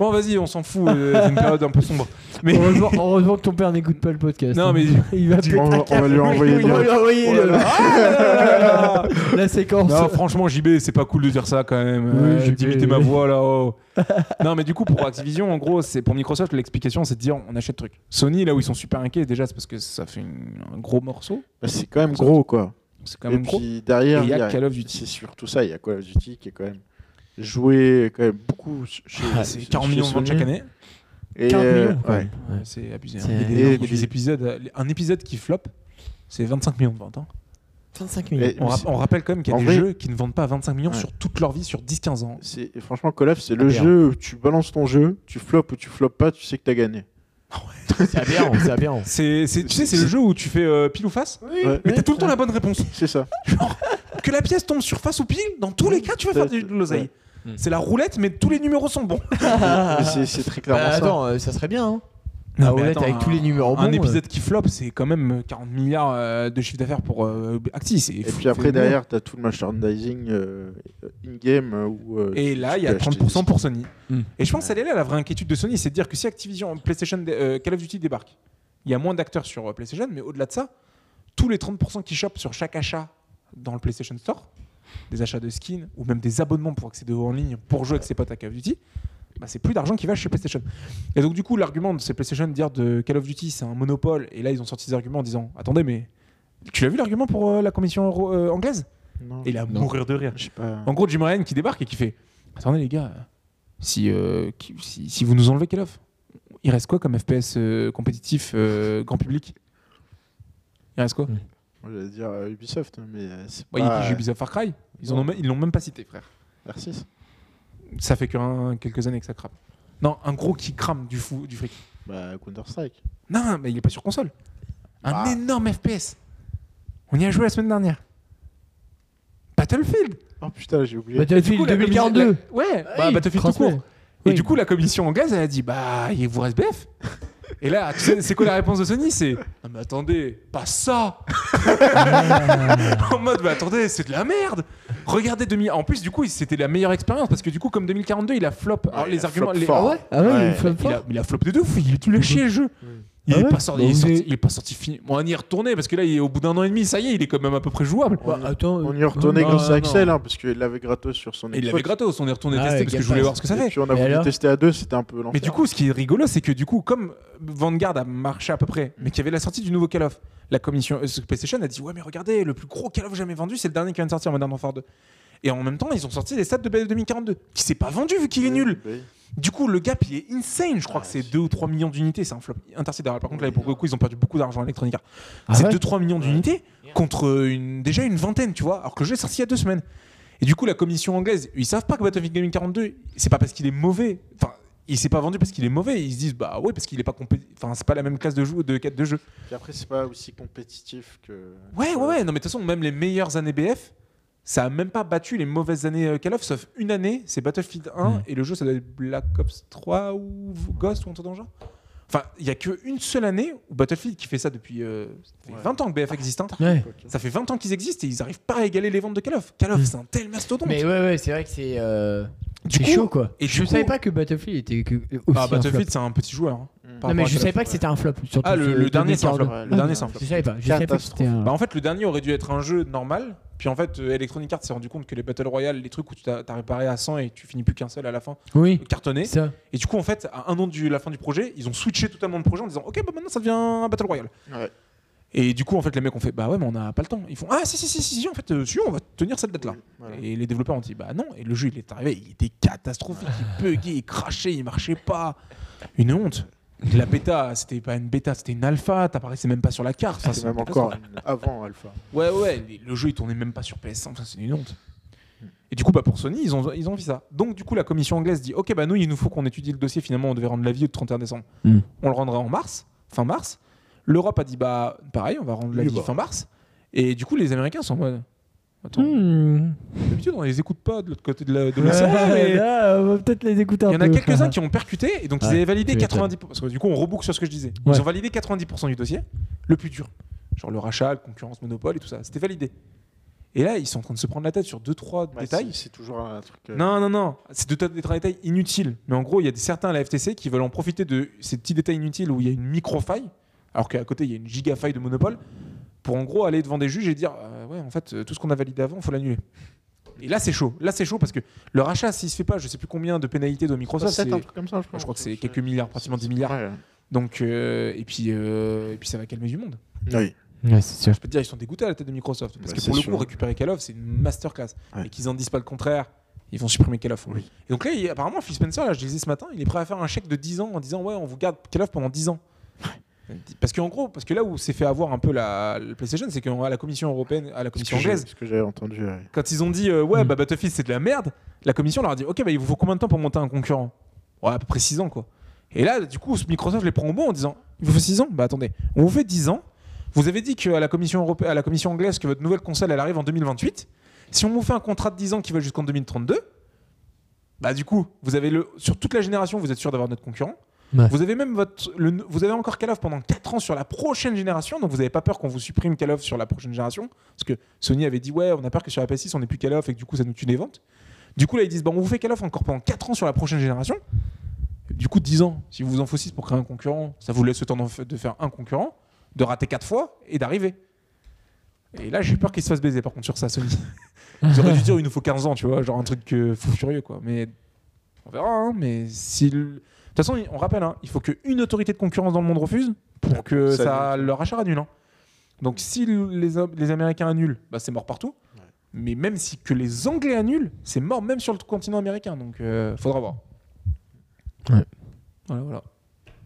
S2: Bon, vas-y, on s'en fout. euh, c'est une période un peu sombre. Mais
S1: heureusement, heureusement que ton père n'écoute pas le podcast.
S2: Non,
S1: hein.
S2: mais-
S1: il va
S2: tu-
S1: péter
S3: On,
S1: un
S3: va- on va
S1: câble.
S3: lui envoyer
S1: On va lui
S3: le...
S1: envoyer
S2: Oh là
S1: le-
S2: là. Ah là là.
S1: la séquence.
S2: Non, franchement, JB, c'est pas cool de dire ça quand même.
S1: Oui,
S2: Euh,
S1: JB.
S2: D'imiter ma voix là. oh. non, mais du coup, pour Activision, en gros, c'est pour Microsoft, l'explication, c'est de dire on achète truc. Sony, là où ils sont super inquiets, déjà, c'est parce que ça fait une- un gros morceau.
S3: Bah, C'est quand même gros, quoi.
S2: C'est quand
S3: Et
S2: même gros.
S3: puis
S2: Et
S3: derrière,
S2: il y a
S3: il y a-
S2: Call of Duty.
S3: c'est surtout ça, il y a Call of Duty qui est quand même joué quand même beaucoup chez,
S2: Ah,
S3: chez-
S2: C'est 40
S3: chez
S2: millions de ventes
S3: Sony.
S2: chaque année.
S3: Et,
S1: 40
S3: euh,
S1: millions, quoi.
S3: ouais.
S1: Ouais.
S2: Ouais, C'est abusé. hein.
S1: C'est-
S2: Il y a des-
S1: Et
S2: il y a des
S3: puis-
S2: épisodes, euh, un épisode qui floppe, c'est 25 millions de ventes. hein.
S1: 25 millions.
S3: Et-
S2: On,
S3: Mais
S2: rap-
S3: c'est-
S2: on rappelle quand même qu'il y a
S3: en
S2: des
S3: vrai-
S2: jeux qui ne vendent pas 25 millions
S3: Ouais.
S2: sur toute leur vie, sur 10-15 ans.
S3: C'est- et franchement, Call of, c'est le
S1: Aberrant.
S3: jeu où tu balances ton jeu, tu flops ou tu flops pas, tu sais que t'as gagné.
S1: C'est aberrant, c'est aberrant.
S2: C'est, c'est- tu sais, c'est le
S3: C'est-
S2: jeu où tu fais euh, pile ou face,
S3: Ouais.
S2: mais t'as tout le temps la bonne réponse.
S3: C'est ça.
S2: Que la pièce tombe sur face ou pile, dans tous les cas, tu vas faire de l'oseille.
S1: Ouais.
S2: C'est la roulette, mais tous les numéros sont bons. Ah.
S3: Mais c'est- C'est très clairement
S1: Bah,
S3: ça.
S1: attends, euh, ça serait bien. Hein.
S2: Non,
S1: Ah
S2: mais
S1: ouais,
S2: attends,
S1: avec tous les numéros
S2: Un
S1: bons,
S2: épisode qui floppe, c'est quand même 40 milliards euh, de chiffre d'affaires pour euh, Acti. C'est
S3: Et
S2: fou,
S3: puis après,
S2: c'est
S3: derrière, t'as tout le merchandising euh, in-game. euh, où, euh,
S2: Et
S3: tu-
S2: là,
S3: tu
S2: il y a
S3: peux acheter
S2: 30%
S3: des-
S2: pour Sony.
S1: Mm.
S2: Et je pense que c'est là la vraie inquiétude de Sony, c'est de dire que si Activision, PlayStation, dé- euh, Call of Duty débarque, il y a moins d'acteurs sur euh, PlayStation, mais au-delà de ça, tous les 30% qui chopent sur chaque achat dans le PlayStation Store, des achats de skins ou même des abonnements pour accéder en ligne pour jouer avec ses potes à Call of Duty, bah, c'est plus d'argent qui va chez PlayStation. Et donc du coup, l'argument de ces PlayStation de dire de Call of Duty, c'est un monopole, et là ils ont sorti des arguments en disant, attendez, mais tu l'as vu l'argument pour euh, la commission euro- euh, anglaise
S3: Non,
S2: Et il a
S1: Non.
S2: mourir de rire.
S3: je sais pas.
S2: En gros, Jim Ryan qui débarque et qui fait Attendez, les gars, si, euh, qui- si, si vous nous enlevez Call of, il reste quoi comme FPS euh, compétitif euh, grand public Il reste quoi
S3: Moi, J'allais dire euh, Ubisoft, mais euh, c'est
S2: Ouais,
S3: pas.
S2: Il dit Ubisoft Far Cry. Ils en ont
S3: Non.
S2: même- ils l'ont même pas cité, frère.
S3: R6.
S2: Ça fait que un- quelques années que ça crame. Non, un gros qui crame du, fou, du fric.
S3: Bah, Counter-Strike.
S2: Non, mais il est pas sur console. Un
S3: Ah.
S2: énorme FPS. On y a joué la semaine dernière. Battlefield
S3: Oh putain, j'ai oublié.
S2: Du coup,
S1: Battlefield
S2: la commission-
S1: 2042.
S2: la- Ouais, bah, Battlefield tout
S1: transmet.
S2: court. Et
S1: Oui.
S2: du coup, la commission anglaise, elle a dit Bah, il vous reste BF Et là, tu sais, c'est quoi la réponse de Sony C'est Ah, mais attendez, pas ça
S1: Ah.
S2: En mode, bah attendez, c'est de la merde Regardez 2000. En plus, du coup, c'était la meilleure expérience parce que du coup, comme 2042, il a flop. Alors,
S3: Ouais,
S2: Oh, les
S3: il a
S2: arguments.
S3: flop
S2: les-
S3: fort.
S1: Ah ouais Ah ouais,
S3: Ouais.
S1: il flop
S2: Il
S1: fort.
S2: a, il a flop de deux ouf, il est tout lâché le jeu. Il,
S1: Ah
S2: est
S1: ouais
S2: pas sorti,
S1: Bah,
S2: il, est
S1: vous
S2: sorti-
S1: avez-
S2: il est pas sorti fini. Bon, on y est retourné parce que là, il est, au bout d'un an et demi, ça y est, il est quand même à peu près jouable.
S1: Bah, attends,
S3: On y
S1: euh,
S3: retournait
S2: Non,
S3: grâce
S2: Oh, non,
S3: à Axel, hein, parce qu'il l'avait gratos sur son
S2: Et il
S3: Xbox.
S2: l'avait gratos, on est retourné
S1: Ah ouais,
S2: tester parce que
S1: Game
S2: je voulais
S1: Pass.
S2: voir ce que ça
S3: Et
S2: fait.
S3: puis on a
S1: Et alors
S3: voulu tester à deux, c'était un peu l'enfer.
S2: Mais du coup, ce qui est rigolo, c'est que du coup, comme Vanguard a marché à peu près, mais qu'il y avait la sortie du nouveau Call of, la commission euh, ce PlayStation a dit Ouais, mais regardez, le plus gros Call of jamais vendu, c'est le dernier qui vient de sortir, Modern Warfare 2. Et en même temps, ils ont sorti les stats de PES 2042, qui s'est pas vendu vu qu'il est nul.
S3: Oui,
S2: Du coup, le gap, il est insane. Je crois
S3: Ah,
S2: que c'est
S3: c'est-
S2: 2 ou 3 millions d'unités. C'est un flop intersidéral. Par contre, là,
S3: Oui.
S2: pour le coup, ils ont perdu beaucoup d'argent à Electronic Arts.
S1: Ah
S2: c'est
S1: ouais
S2: 2-3 millions d'unités contre une, déjà une vingtaine, tu vois. Alors que le jeu est sorti il y a deux semaines. Et du coup, la commission anglaise, ils savent pas que Battlefield 2042, c'est pas parce qu'il est mauvais. Enfin, il s'est pas vendu parce qu'il est mauvais. Ils se disent, bah ouais, parce qu'il est pas compétitif. Enfin, c'est pas la même classe de jeu, de 4 de jeu.
S3: Puis après, c'est pas aussi compétitif que.
S2: Ouais, ouais, ouais. Non, mais de toute façon, même les meilleures années BF, ça a même pas battu les mauvaises années euh, Call of, sauf une année, c'est Battlefield 1,
S1: Mm.
S2: et le jeu, ça doit être Black Ops 3 ou Ghost ou un truc dans le genre. Enfin, il n'y a qu'une seule année où Battlefield, qui fait ça depuis euh, ça fait
S3: Ouais.
S2: 20 ans que BF existe, hein.
S1: Ouais.
S3: Ok.
S2: ça fait 20 ans qu'ils existent et ils n'arrivent pas à égaler les ventes de Call of. Call of,
S1: Mm.
S2: c'est un tel mastodonte.
S1: Mais ouais, ouais, c'est vrai que c'est. euh,
S2: Du
S1: C'est
S2: coup-
S1: chaud quoi.
S2: et
S1: je
S2: du
S1: savais
S2: coup-
S1: pas que Battlefield était que- aussi
S2: Ah,
S1: un flop.
S2: Battlefield, c'est un petit joueur. hein.
S3: Mm.
S1: Non
S2: Par
S1: mais
S2: rapport à
S1: je
S2: Call
S1: savais
S2: of.
S1: pas que c'était un flop. surtout
S2: Ah, le,
S1: sur
S2: le dernier, c'est un
S1: 2042.
S2: flop.
S3: Ouais,
S2: Le dernier,
S3: ouais.
S2: c'est un flop.
S1: Je savais pas. Je savais pas que
S3: Catastrophe.
S1: c'était un.
S2: Bah, en fait, le dernier aurait dû être un jeu normal. Puis en fait, euh, Electronic Arts s'est rendu compte que les Battle Royale, les trucs où tu t'as t'as réparé à 100 et tu finis plus qu'un seul à la fin,
S1: Oui.
S2: cartonné.
S1: Ça.
S2: Et du coup, en fait, à un an de la fin du projet, ils ont switché totalement le projet en disant Ok, bah maintenant ça devient un Battle Royale.
S3: Ouais.
S2: Et du coup, en fait, les mecs ont fait Bah ouais, mais on n'a pas le temps. Ils font Ah, si, si, si, si, si, en fait, euh, si, on va tenir cette date-là.
S3: Oui, voilà.
S2: Et les développeurs ont dit Bah non. Et le jeu, il est arrivé, il était catastrophique, il buguait, il crachait, il marchait pas. Une honte. La bêta, c'était pas une bêta, c'était une alpha, t'apparaissais même pas sur la carte. Enfin,
S3: C'est
S2: c'est
S3: même
S2: une
S3: encore avant Alpha.
S2: Ouais, ouais, les- le jeu il tournait même pas sur PS5, ça, c'est une honte. Et du coup, bah, pour Sony, ils ont, ils ont fait ça. Donc, du coup, la commission anglaise dit Ok, bah nous, il nous faut qu'on étudie le dossier. Finalement, on devait rendre l'avis au 31 décembre.
S1: Mm.
S2: On le rendra en mars, fin mars. L'Europe a dit Bah, pareil, on va rendre l'avis
S3: Oui, bah.
S2: fin mars. Et du coup, les Américains sont en mode Attends,
S1: Hmm.
S2: d'habitude, on les écoute pas de l'autre côté de la- de
S1: Ouais,
S2: l'océan. mais-
S1: là, on va peut-être les écouter. un
S2: il y en a
S1: peu.
S2: quelques-uns qui ont percuté et donc ils
S1: Ouais,
S2: avaient validé
S1: tu
S2: 90%. Parce que du coup, on reboucle sur ce que je disais.
S1: Ouais.
S2: Ils ont validé 90% du dossier, le plus dur. Genre le rachat, la concurrence, monopole et tout ça. C'était validé. Et là, ils sont en train de se prendre la tête sur deux, trois
S3: Bah,
S2: détails.
S3: c'est- C'est toujours un truc. euh,
S2: Non, non, non. C'est deux, tas de détails inutiles. Mais en gros, il y a des- certains à la FTC qui veulent en profiter de ces petits détails inutiles où il y a une micro-faille, alors qu'à côté, il y a une giga-faille de monopole, pour en gros aller devant des juges et dire euh, Ouais, en fait, euh, tout ce qu'on a validé avant, il faut l'annuler. Et là, c'est chaud. Là, c'est chaud parce que le rachat, s'il se fait pas, je sais plus combien de pénalités de Microsoft.
S3: sept,
S2: c'est-
S3: un truc comme ça, je pense.
S2: je crois que c'est quelques milliards, pratiquement 10 milliards.
S3: Ouais.
S2: Donc, euh, et, puis, euh, et puis ça va calmer du monde.
S3: Oui.
S1: Ouais, c'est sûr.
S2: Je peux te dire, ils sont dégoûtés à la tête de Microsoft. Parce
S3: Bah,
S2: que
S3: c'est
S2: pour le
S3: sûr.
S2: coup, récupérer Call of, c'est une masterclass.
S3: Ouais.
S2: Et qu'ils en disent pas le contraire, ils vont supprimer Call of.
S3: Oui.
S2: Et donc là, il- apparemment, Phil Spencer, là, je lisais ce matin, il est prêt à faire un chèque de 10 ans en disant Ouais, on vous garde Call of pendant 10 ans. Parce qu'en gros, parce que là où s'est fait avoir un peu la, la PlayStation, c'est qu'à la Commission européenne, à la
S3: Ce
S2: Commission
S3: que j'ai-
S2: anglaise,
S3: ce que j'avais entendu. ouais.
S2: quand ils ont dit euh, ouais
S1: Mm.
S2: bah Battlefield c'est de la merde, la commission leur a dit ok bah il vous faut combien de temps pour monter un concurrent Ouais à peu près 6 ans quoi. Et là du coup Microsoft les prend au mot en disant il vous faut 6 ans Bah attendez, on vous fait 10 ans, vous avez dit que à la commission européenne, à la commission anglaise que votre nouvelle console elle arrive en 2028, si on vous fait un contrat de 10 ans qui va jusqu'en 2032, bah du coup vous avez le sur toute la génération vous êtes sûr d'avoir notre concurrent.
S1: Ouais.
S2: Vous avez même votre, le- vous avez encore Call of pendant 4 ans sur la prochaine génération, donc vous n'avez pas peur qu'on vous supprime Call of sur la prochaine génération, parce que Sony avait dit ouais, on a peur que sur la PS6 on n'ait plus Call of et que du coup ça nous tue les ventes. Du coup là ils disent bon on vous fait Call of encore pendant 4 ans sur la prochaine génération. Du coup 10 ans, si vous en faut 6 pour créer un concurrent, ça vous laisse le temps d'en fa- de faire un concurrent, de rater 4 fois et d'arriver. Et là j'ai peur qu'ils se fassent baiser par contre sur ça Sony. Ils auraient dû dire il nous faut 15 ans, tu vois, genre un truc euh, fou furieux quoi. Mais on verra, hein, mais si... le- De toute façon, on rappelle, hein, il faut qu'une autorité de concurrence dans le monde refuse pour que
S3: Ça
S2: ça, le rachat annule. hein. Donc si les, Am- les Américains annulent, bah, c'est mort partout.
S3: Ouais.
S2: Mais même si que les Anglais annulent, c'est mort même sur le continent américain. Donc euh, faudra voir.
S1: Ouais.
S2: Voilà, voilà.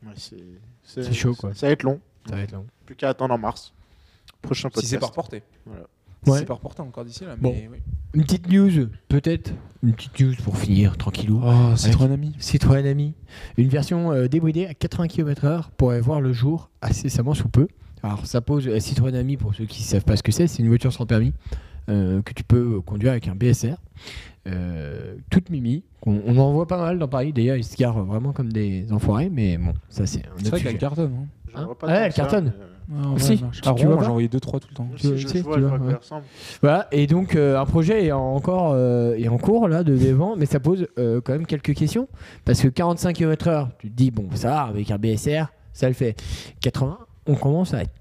S3: Ouais, c'est-
S1: C'est chaud, quoi.
S3: Ça va être long.
S1: Ça va être long.
S3: Plus qu'à attendre en mars. Prochain podcast.
S2: Si c'est pas reporté.
S3: Voilà.
S2: Si
S1: Ouais.
S2: c'est pas reporté encore d'ici là.
S1: Bon.
S2: Mais oui.
S1: Une petite news, peut-être. Une petite news pour finir, tranquillou. Oh, c'est trop
S2: un ami.
S1: Citroën Ami, une version euh, débridée à 80 km/h pourrait voir le jour incessamment sous peu. Alors ça pose la Citroën Ami pour ceux qui ne savent pas ce que c'est, c'est une voiture sans permis euh, que tu peux euh, conduire avec un BSR, euh, toute mimi. On, on en voit pas mal dans Paris d'ailleurs, ils se garent vraiment comme des enfoirés, mais bon, ça c'est un
S2: C'est
S1: autre
S2: vrai qu'elle
S1: sujet.
S2: cartonne. Ah,
S3: Je vois
S1: Hein
S3: pas
S1: Ouais,
S3: tant
S1: elle
S3: que ça,
S1: cartonne.
S3: mais, euh,
S1: Si, tu
S2: à
S1: vois
S2: Rouen,
S1: pas
S2: j'en voyais 2-3 tout le temps.
S1: Tu
S3: Si,
S1: vois,
S3: je,
S1: tu sais,
S3: je vois,
S1: tu
S3: je
S1: vois,
S3: vois à quoi
S1: ouais.
S3: elle ressemble.
S1: Voilà, et donc euh, un projet est en- encore euh, est en cours là de développement, mais ça pose euh, quand même quelques questions parce que 45 km/h, tu te dis bon ça va, avec un BSR, ça le fait. 80, on commence à être,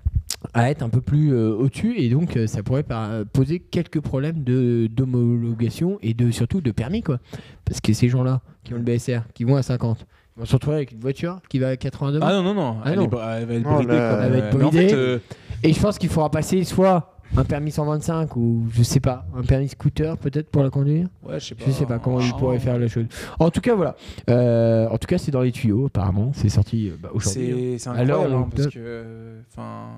S1: à être un peu plus euh, au-dessus et donc euh, ça pourrait par- poser quelques problèmes de d'homologation et de surtout de permis quoi, parce que ces gens-là qui ont le BSR, qui vont à 50, ils vont se retrouver avec une voiture qui va à 82.
S2: Ah non, non, non.
S1: Ah
S2: elle,
S1: non.
S2: est br- elle va être
S3: Non,
S2: bridée.
S3: là,
S2: comme,
S1: elle va
S2: euh,
S1: être
S2: mais en
S1: bridée.
S2: fait, euh,
S1: Et je pense qu'il faudra passer soit un permis 125 ou je sais pas, un permis scooter peut-être pour la conduire.
S2: Ouais, je sais pas.
S1: Je sais pas comment ils
S2: Ah,
S1: pourraient faire la chose. En tout cas, voilà. Euh, en tout cas, c'est dans les tuyaux apparemment. C'est sorti euh, bah, aujourd'hui. hein.
S2: C'est c'est
S1: Alors,
S2: incroyable,
S1: on
S2: hein, parce
S1: peut-
S2: que. euh, Enfin.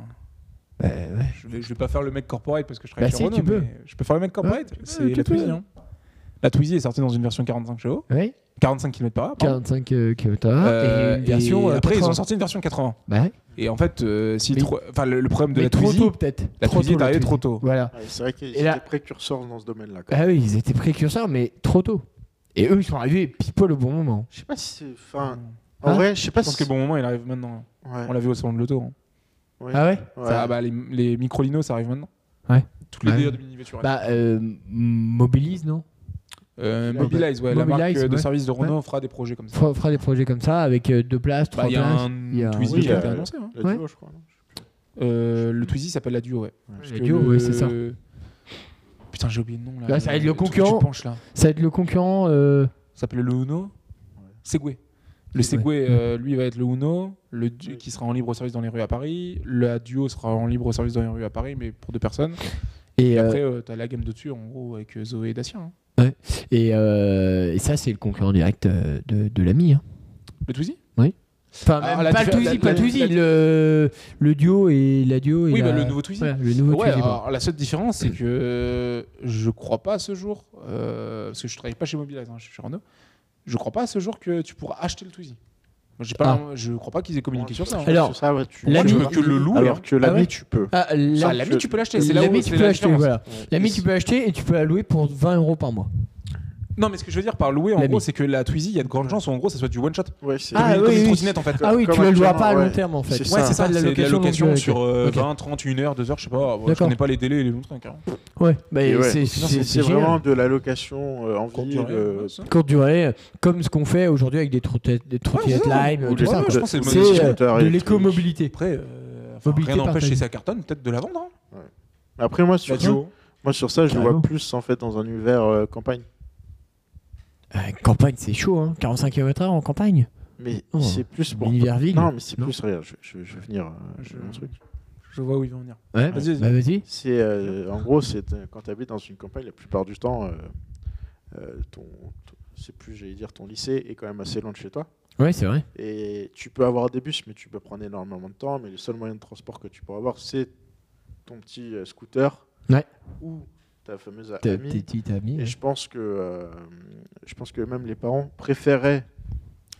S1: Bah, ouais.
S2: Je vais, je vais pas faire le mec corporate parce que je travaille
S1: Bah
S2: chez
S1: si,
S2: Renault,
S1: tu peux.
S2: mais je peux faire le mec corporate.
S1: Ouais, tu
S2: c'est
S1: peux,
S2: la
S1: tu peux.
S2: Twizy. hein. La Twizy est sortie dans une version 45 chevaux,
S1: Ouais,
S2: 45 km par heure. pardon.
S1: 45 km
S2: Euh,
S1: et une version
S2: et
S1: euh,
S2: après, ils
S1: 80.
S2: ont sorti une version 80.
S1: Bah ouais.
S2: Et en fait, euh, si
S1: Mais-
S2: trop- enfin, le, le problème de
S1: Mais
S2: la
S1: trop
S2: Twizy,
S1: tôt peut-être.
S2: la
S1: Trop
S2: Twizy
S1: tôt,
S2: est arrivée
S1: Twizy.
S2: trop tôt.
S1: Voilà.
S3: Ouais, c'est vrai qu'ils
S1: Et
S3: étaient
S1: là-
S3: précurseurs dans ce domaine-là. quoi.
S1: Ah oui, ils étaient précurseurs, mais trop tôt. Et eux, ils sont arrivés pile poil au bon moment.
S3: Je sais pas si c'est. Enfin,
S1: Hein
S3: en vrai, je sais pas
S2: Je pense que
S3: si.
S2: le bon moment, il arrive maintenant.
S3: Ouais,
S2: On l'a vu au salon de l'auto. hein.
S3: ouais.
S1: Ah ouais
S3: Ouais.
S2: Ça, bah, les, les micro-linos, ça arrive maintenant.
S1: Ouais.
S2: Toutes les
S1: Ouais.
S2: délires de mini-voiture.
S1: Bah, euh, mobilise, non
S2: Euh, Mobilize, ouais, la
S1: Mobilize,
S2: marque euh, de
S1: ouais.
S2: service de Renault fera des projets comme ça.
S1: Fera fera des projets comme ça avec euh, deux places,
S2: Bah,
S1: trois
S2: Il y a
S1: places.
S2: un
S1: il y a un-
S2: Twizy
S3: Oui,
S2: qui a été
S3: euh,
S2: annoncé. hein.
S3: La
S1: Ouais.
S3: duo, je crois. non
S2: Euh, le Twizy s'appelle la Duo, ouais. Parce
S1: La
S2: que
S1: Duo,
S2: le-
S1: ouais, c'est ça.
S2: Putain, j'ai oublié le nom là.
S1: Là, ça va être le
S2: truc que
S1: concurrent.
S2: Tu penches là.
S1: Ça va être le concurrent. euh,
S2: Ça s'appelle le Uno. Segway. Le
S1: Segway. Mm.
S2: Segway, euh, lui, va être le Uno, le du-
S3: Oui.
S2: qui sera en libre service dans les rues à Paris. La Duo sera en libre service dans les rues à Paris, mais pour deux personnes.
S1: Et,
S2: Et
S1: euh,
S2: après, euh, t'as la gamme de dessus, en gros, avec euh, Zoé et Dacia. hein.
S1: et, euh, et ça, c'est le concurrent direct euh, de, de l'ami. hein.
S2: Le Twizy
S1: Enfin,
S2: Ah,
S1: même
S2: la
S1: pas le
S2: diffé-
S1: Twizy,
S2: la-
S1: pas
S2: la-
S1: le Twizy,
S2: la-
S1: le, le duo et la duo. Et
S2: Oui,
S1: la-
S2: bah, le nouveau Twizy.
S1: voilà, le nouveau
S2: Ouais,
S1: Twizy, pardon.
S2: alors, la seule différence, c'est que euh, je crois pas à ce jour, euh, parce que je travaille pas chez Mobilize, hein, je suis chez Renault, je crois pas à ce jour que tu pourras acheter le Twizy. Moi, j'ai pas,
S1: Ah.
S2: Je crois pas qu'ils aient communiqué sur ça. hein.
S1: Alors,
S3: Sur ça, ouais, tu-
S1: l'ami-
S3: tu peux
S2: que le loup,
S3: Alors
S2: hein.
S3: que l'ami,
S1: Ah ouais
S3: tu peux.
S1: Ah, la-
S2: Ah, l'ami, tu peux l'acheter. C'est là où
S1: L'ami,
S2: c'est
S1: tu
S2: la
S1: peux l'acheter,
S2: différence.
S1: voilà. L'ami,
S2: Et
S1: tu peux l'acheter et tu peux la louer pour 20 euros par mois.
S2: Non, mais ce que je veux dire par louer, en
S1: L'ami.
S2: gros, c'est que la Twizy, il y a de grandes chances où en gros, ça soit du one shot.
S3: Ouais, c'est-
S1: Ah,
S2: comme
S1: oui,
S2: une
S1: oui.
S2: trottinette en fait.
S1: Ah oui,
S3: Comme
S1: tu la loues pas à
S3: actuellement,
S1: long
S3: ouais.
S1: terme en fait.
S3: C'est
S2: Ouais,
S3: ça.
S2: c'est ça,
S1: Pas de
S2: c'est de la
S1: location longue
S2: location
S1: durée,
S2: sur
S1: ok.
S2: euh,
S1: Ok.
S2: 20, 30, 1 heure, 2 heures, je sais pas. Je
S1: D'accord.
S2: connais pas les délais et les montres, hein, carrément.
S1: Ouais, bah,
S3: Et ouais.
S1: c'est-
S3: Non,
S1: c'est
S3: C'est c'est
S1: génial.
S3: vraiment de la location euh, en
S2: Courte
S3: ville.
S2: durée,
S3: euh,
S2: ouais, ça.
S1: courte durée, euh, comme ce qu'on fait aujourd'hui avec des trottinettes, des trottinettes
S2: c'est ça.
S1: Lime,
S3: Ou
S1: Euh, tout
S3: des-
S1: ça.
S2: ouais,
S1: quoi.
S2: je pense que c'est
S1: C'est
S2: le modèle
S1: euh,
S3: scooter
S1: de
S3: électrique.
S1: l'écomobilité.
S2: Après, euh, enfin,
S1: Mobilité
S2: rien n'empêche
S1: partagée.
S2: chez sa cartonne peut-être de la vendre. hein. Bah,
S3: Après, moi,
S2: La
S3: sur,
S2: duo.
S3: moi, sur ça, je le
S1: Carrément.
S3: vois plus en fait dans un univers euh, campagne.
S1: Euh, campagne, c'est chaud, hein. 45 km/h en campagne.
S3: Mais
S1: Oh,
S3: c'est plus pour.
S1: L'univers ville.
S3: Non, mais c'est
S1: Non.
S3: plus. Regarde, je, je- je vais venir. euh,
S2: Je-
S3: mon truc.
S2: Je vois où il veut en venir.
S1: Ouais,
S2: Vas-y, vas-y.
S1: bah vas-y.
S3: C'est euh, en gros, c'est euh, quand tu habites dans une campagne, la plupart du temps, euh, euh, ton, ton- c'est plus, j'allais dire, ton lycée est quand même assez loin de chez toi.
S1: Ouais, c'est vrai.
S3: Et tu peux avoir des bus, mais tu peux prendre énormément de temps. Mais le seul moyen de transport que tu pourras avoir, c'est ton petit euh, scooter
S1: Ouais.
S3: ou ta fameuse
S1: T'es hein.
S3: amie.
S1: petite amie.
S3: Et je pense que euh, je pense que même les parents préféraient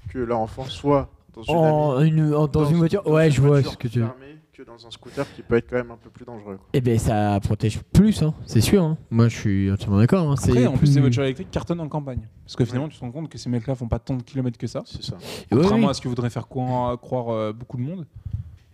S3: que leur enfant soit dans une, amie-
S1: En, une, en- Oh, euh, dans, une voiture. Ouais, je vois
S3: voiture
S1: ce que tu veux.
S3: fermée que dans un scooter qui peut être quand même un peu plus dangereux. quoi.
S1: Eh ben ça protège plus, hein. c'est sûr. hein. Moi, je suis entièrement d'accord. hein.
S2: Après, en plus,
S1: plus-
S2: ces voitures électriques cartonnent en campagne. Parce que finalement, tu te rends compte que ces mecs-là font pas tant de kilomètres que ça.
S3: C'est ça.
S1: Ouais, ouais.
S2: Contrairement à ce que voudrait faire croire, croire, euh, beaucoup de monde.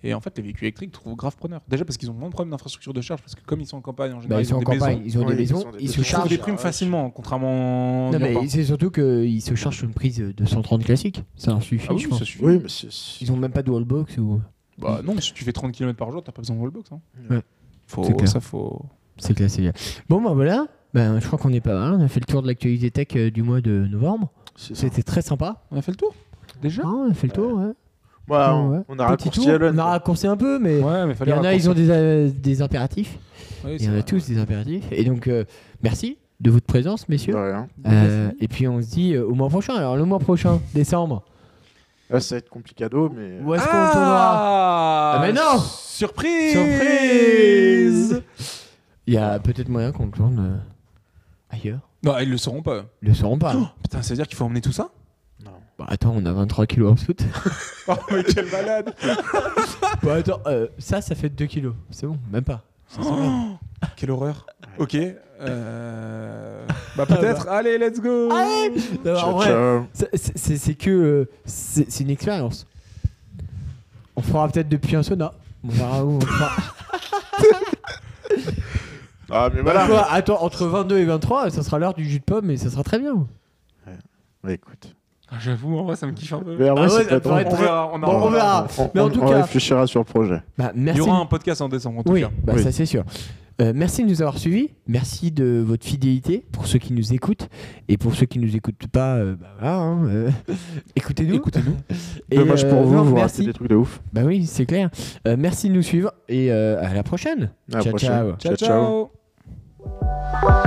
S2: Et en fait, les véhicules électriques trouvent grave preneur. Déjà parce qu'ils ont moins de problèmes d'infrastructure de charge, parce que comme ils sont en campagne, en
S1: Bah,
S2: général,
S1: ils sont en
S2: ont des
S1: campagne,
S2: maisons.
S1: ils ont
S3: Oui,
S1: des
S3: ils
S1: maisons,
S3: sont
S1: ils se
S3: des maisons.
S2: Ils trouvent
S1: chargent.
S2: des primes
S3: Ah,
S2: facilement, contrairement.
S1: Non,
S2: aux
S1: mais c'est surtout qu'ils se chargent sur une prise de 130 classique. Ça leur suffit,
S2: ah oui,
S1: je pense.
S2: ça suffit.
S3: Oui, mais c'est- c'est
S1: Ils ont même pas de wallbox ou.
S2: Bah, non, si tu fais 30 km par jour, t'as pas besoin de wallbox. Hein.
S1: Ouais.
S2: Faut,
S1: C'est clair.
S2: ça faut.
S1: C'est classé. bien. Bon, bah voilà. Ben, je crois qu'on est pas mal. On a fait le tour de l'actualité tech euh, du mois de novembre.
S3: c'est ça.
S1: C'était très sympa.
S2: On a fait le tour Déjà
S1: Hein, on a fait le tour. Ouais.
S3: Bah,
S2: Ah,
S1: Ouais,
S3: on,
S1: ouais.
S3: on a
S1: Petit
S3: raccourci
S1: tour.
S3: Elon.
S1: On a raccourci un peu, mais
S2: Ouais,
S1: il
S2: mais
S1: y
S2: fallait.
S1: en a, ils ont des, euh, des impératifs.
S2: Oui,
S1: Il
S2: c'est
S1: y en a
S2: vrai.
S1: tous des impératifs. Et donc, euh, merci de votre présence,
S3: De
S1: messieurs.
S3: rien.
S1: Euh, et puis on se dit euh, au mois prochain. Alors le mois prochain, décembre.
S3: Là, ça va être complicado, mais.
S1: Où est-ce qu'on tournera Ah, mais non
S2: Surprise
S1: Surprise Il y a peut-être moyen qu'on le tourne euh, ailleurs.
S2: Non, Bah, ils le sauront pas.
S1: Ils le sauront pas.
S2: Oh, putain, ça veut dire qu'il faut emmener tout ça
S1: Bah, attends, on a 23 kilos en soute.
S2: Oh, mais quelle balade
S1: bah, attends, euh, ça, ça fait 2 kilos. C'est bon, même pas.
S2: Oh, Quelle horreur. Ok. euh, Bah peut-être. Allez, let's go.
S1: Non, Euh, en
S3: Ciao,
S1: vrai,
S3: ciao.
S1: c'est- c'est c'est que euh, c'est c'est une expérience. On fera peut-être depuis un sauna. On verra où on fera.
S3: Ah, mais voilà.
S1: Quoi, attends, entre 22 et 23, ça sera l'heure du jus de pomme et ça sera très bien.
S3: Bah, écoute.
S2: Ah, J'avoue, en vrai, ça me kiffe un peu.
S3: Mais en vrai,
S1: Ah ouais,
S3: c'est
S1: ça
S3: pas
S1: me
S3: drôle.
S1: paraît-
S2: On verra. On, en
S1: Bon, on
S2: reparlera.
S1: verra.
S3: On,
S1: Mais en
S3: on-
S1: tout
S3: on
S1: cas-
S3: réfléchira sur le projet.
S1: Bah,
S2: Il
S1: merci.
S2: y aura un podcast en décembre, en tout
S1: oui,
S2: cas.
S1: bah,
S3: Oui.
S1: ça c'est sûr. Euh, merci de nous avoir suivis. Merci de votre fidélité pour ceux qui nous écoutent. Et pour ceux qui nous écoutent pas, euh, bah voilà, hein, euh, écoutez-nous.
S2: Écoutez-nous.
S1: Et,
S3: Dommage
S1: euh,
S3: pour vous,
S1: non,
S3: vous
S1: merci.
S3: ratez des trucs de ouf.
S1: Bah oui, c'est clair. Euh, merci de nous suivre et euh, à la prochaine.
S3: À la
S1: Ciao,
S3: prochaine.
S1: ciao.
S2: ciao. ciao.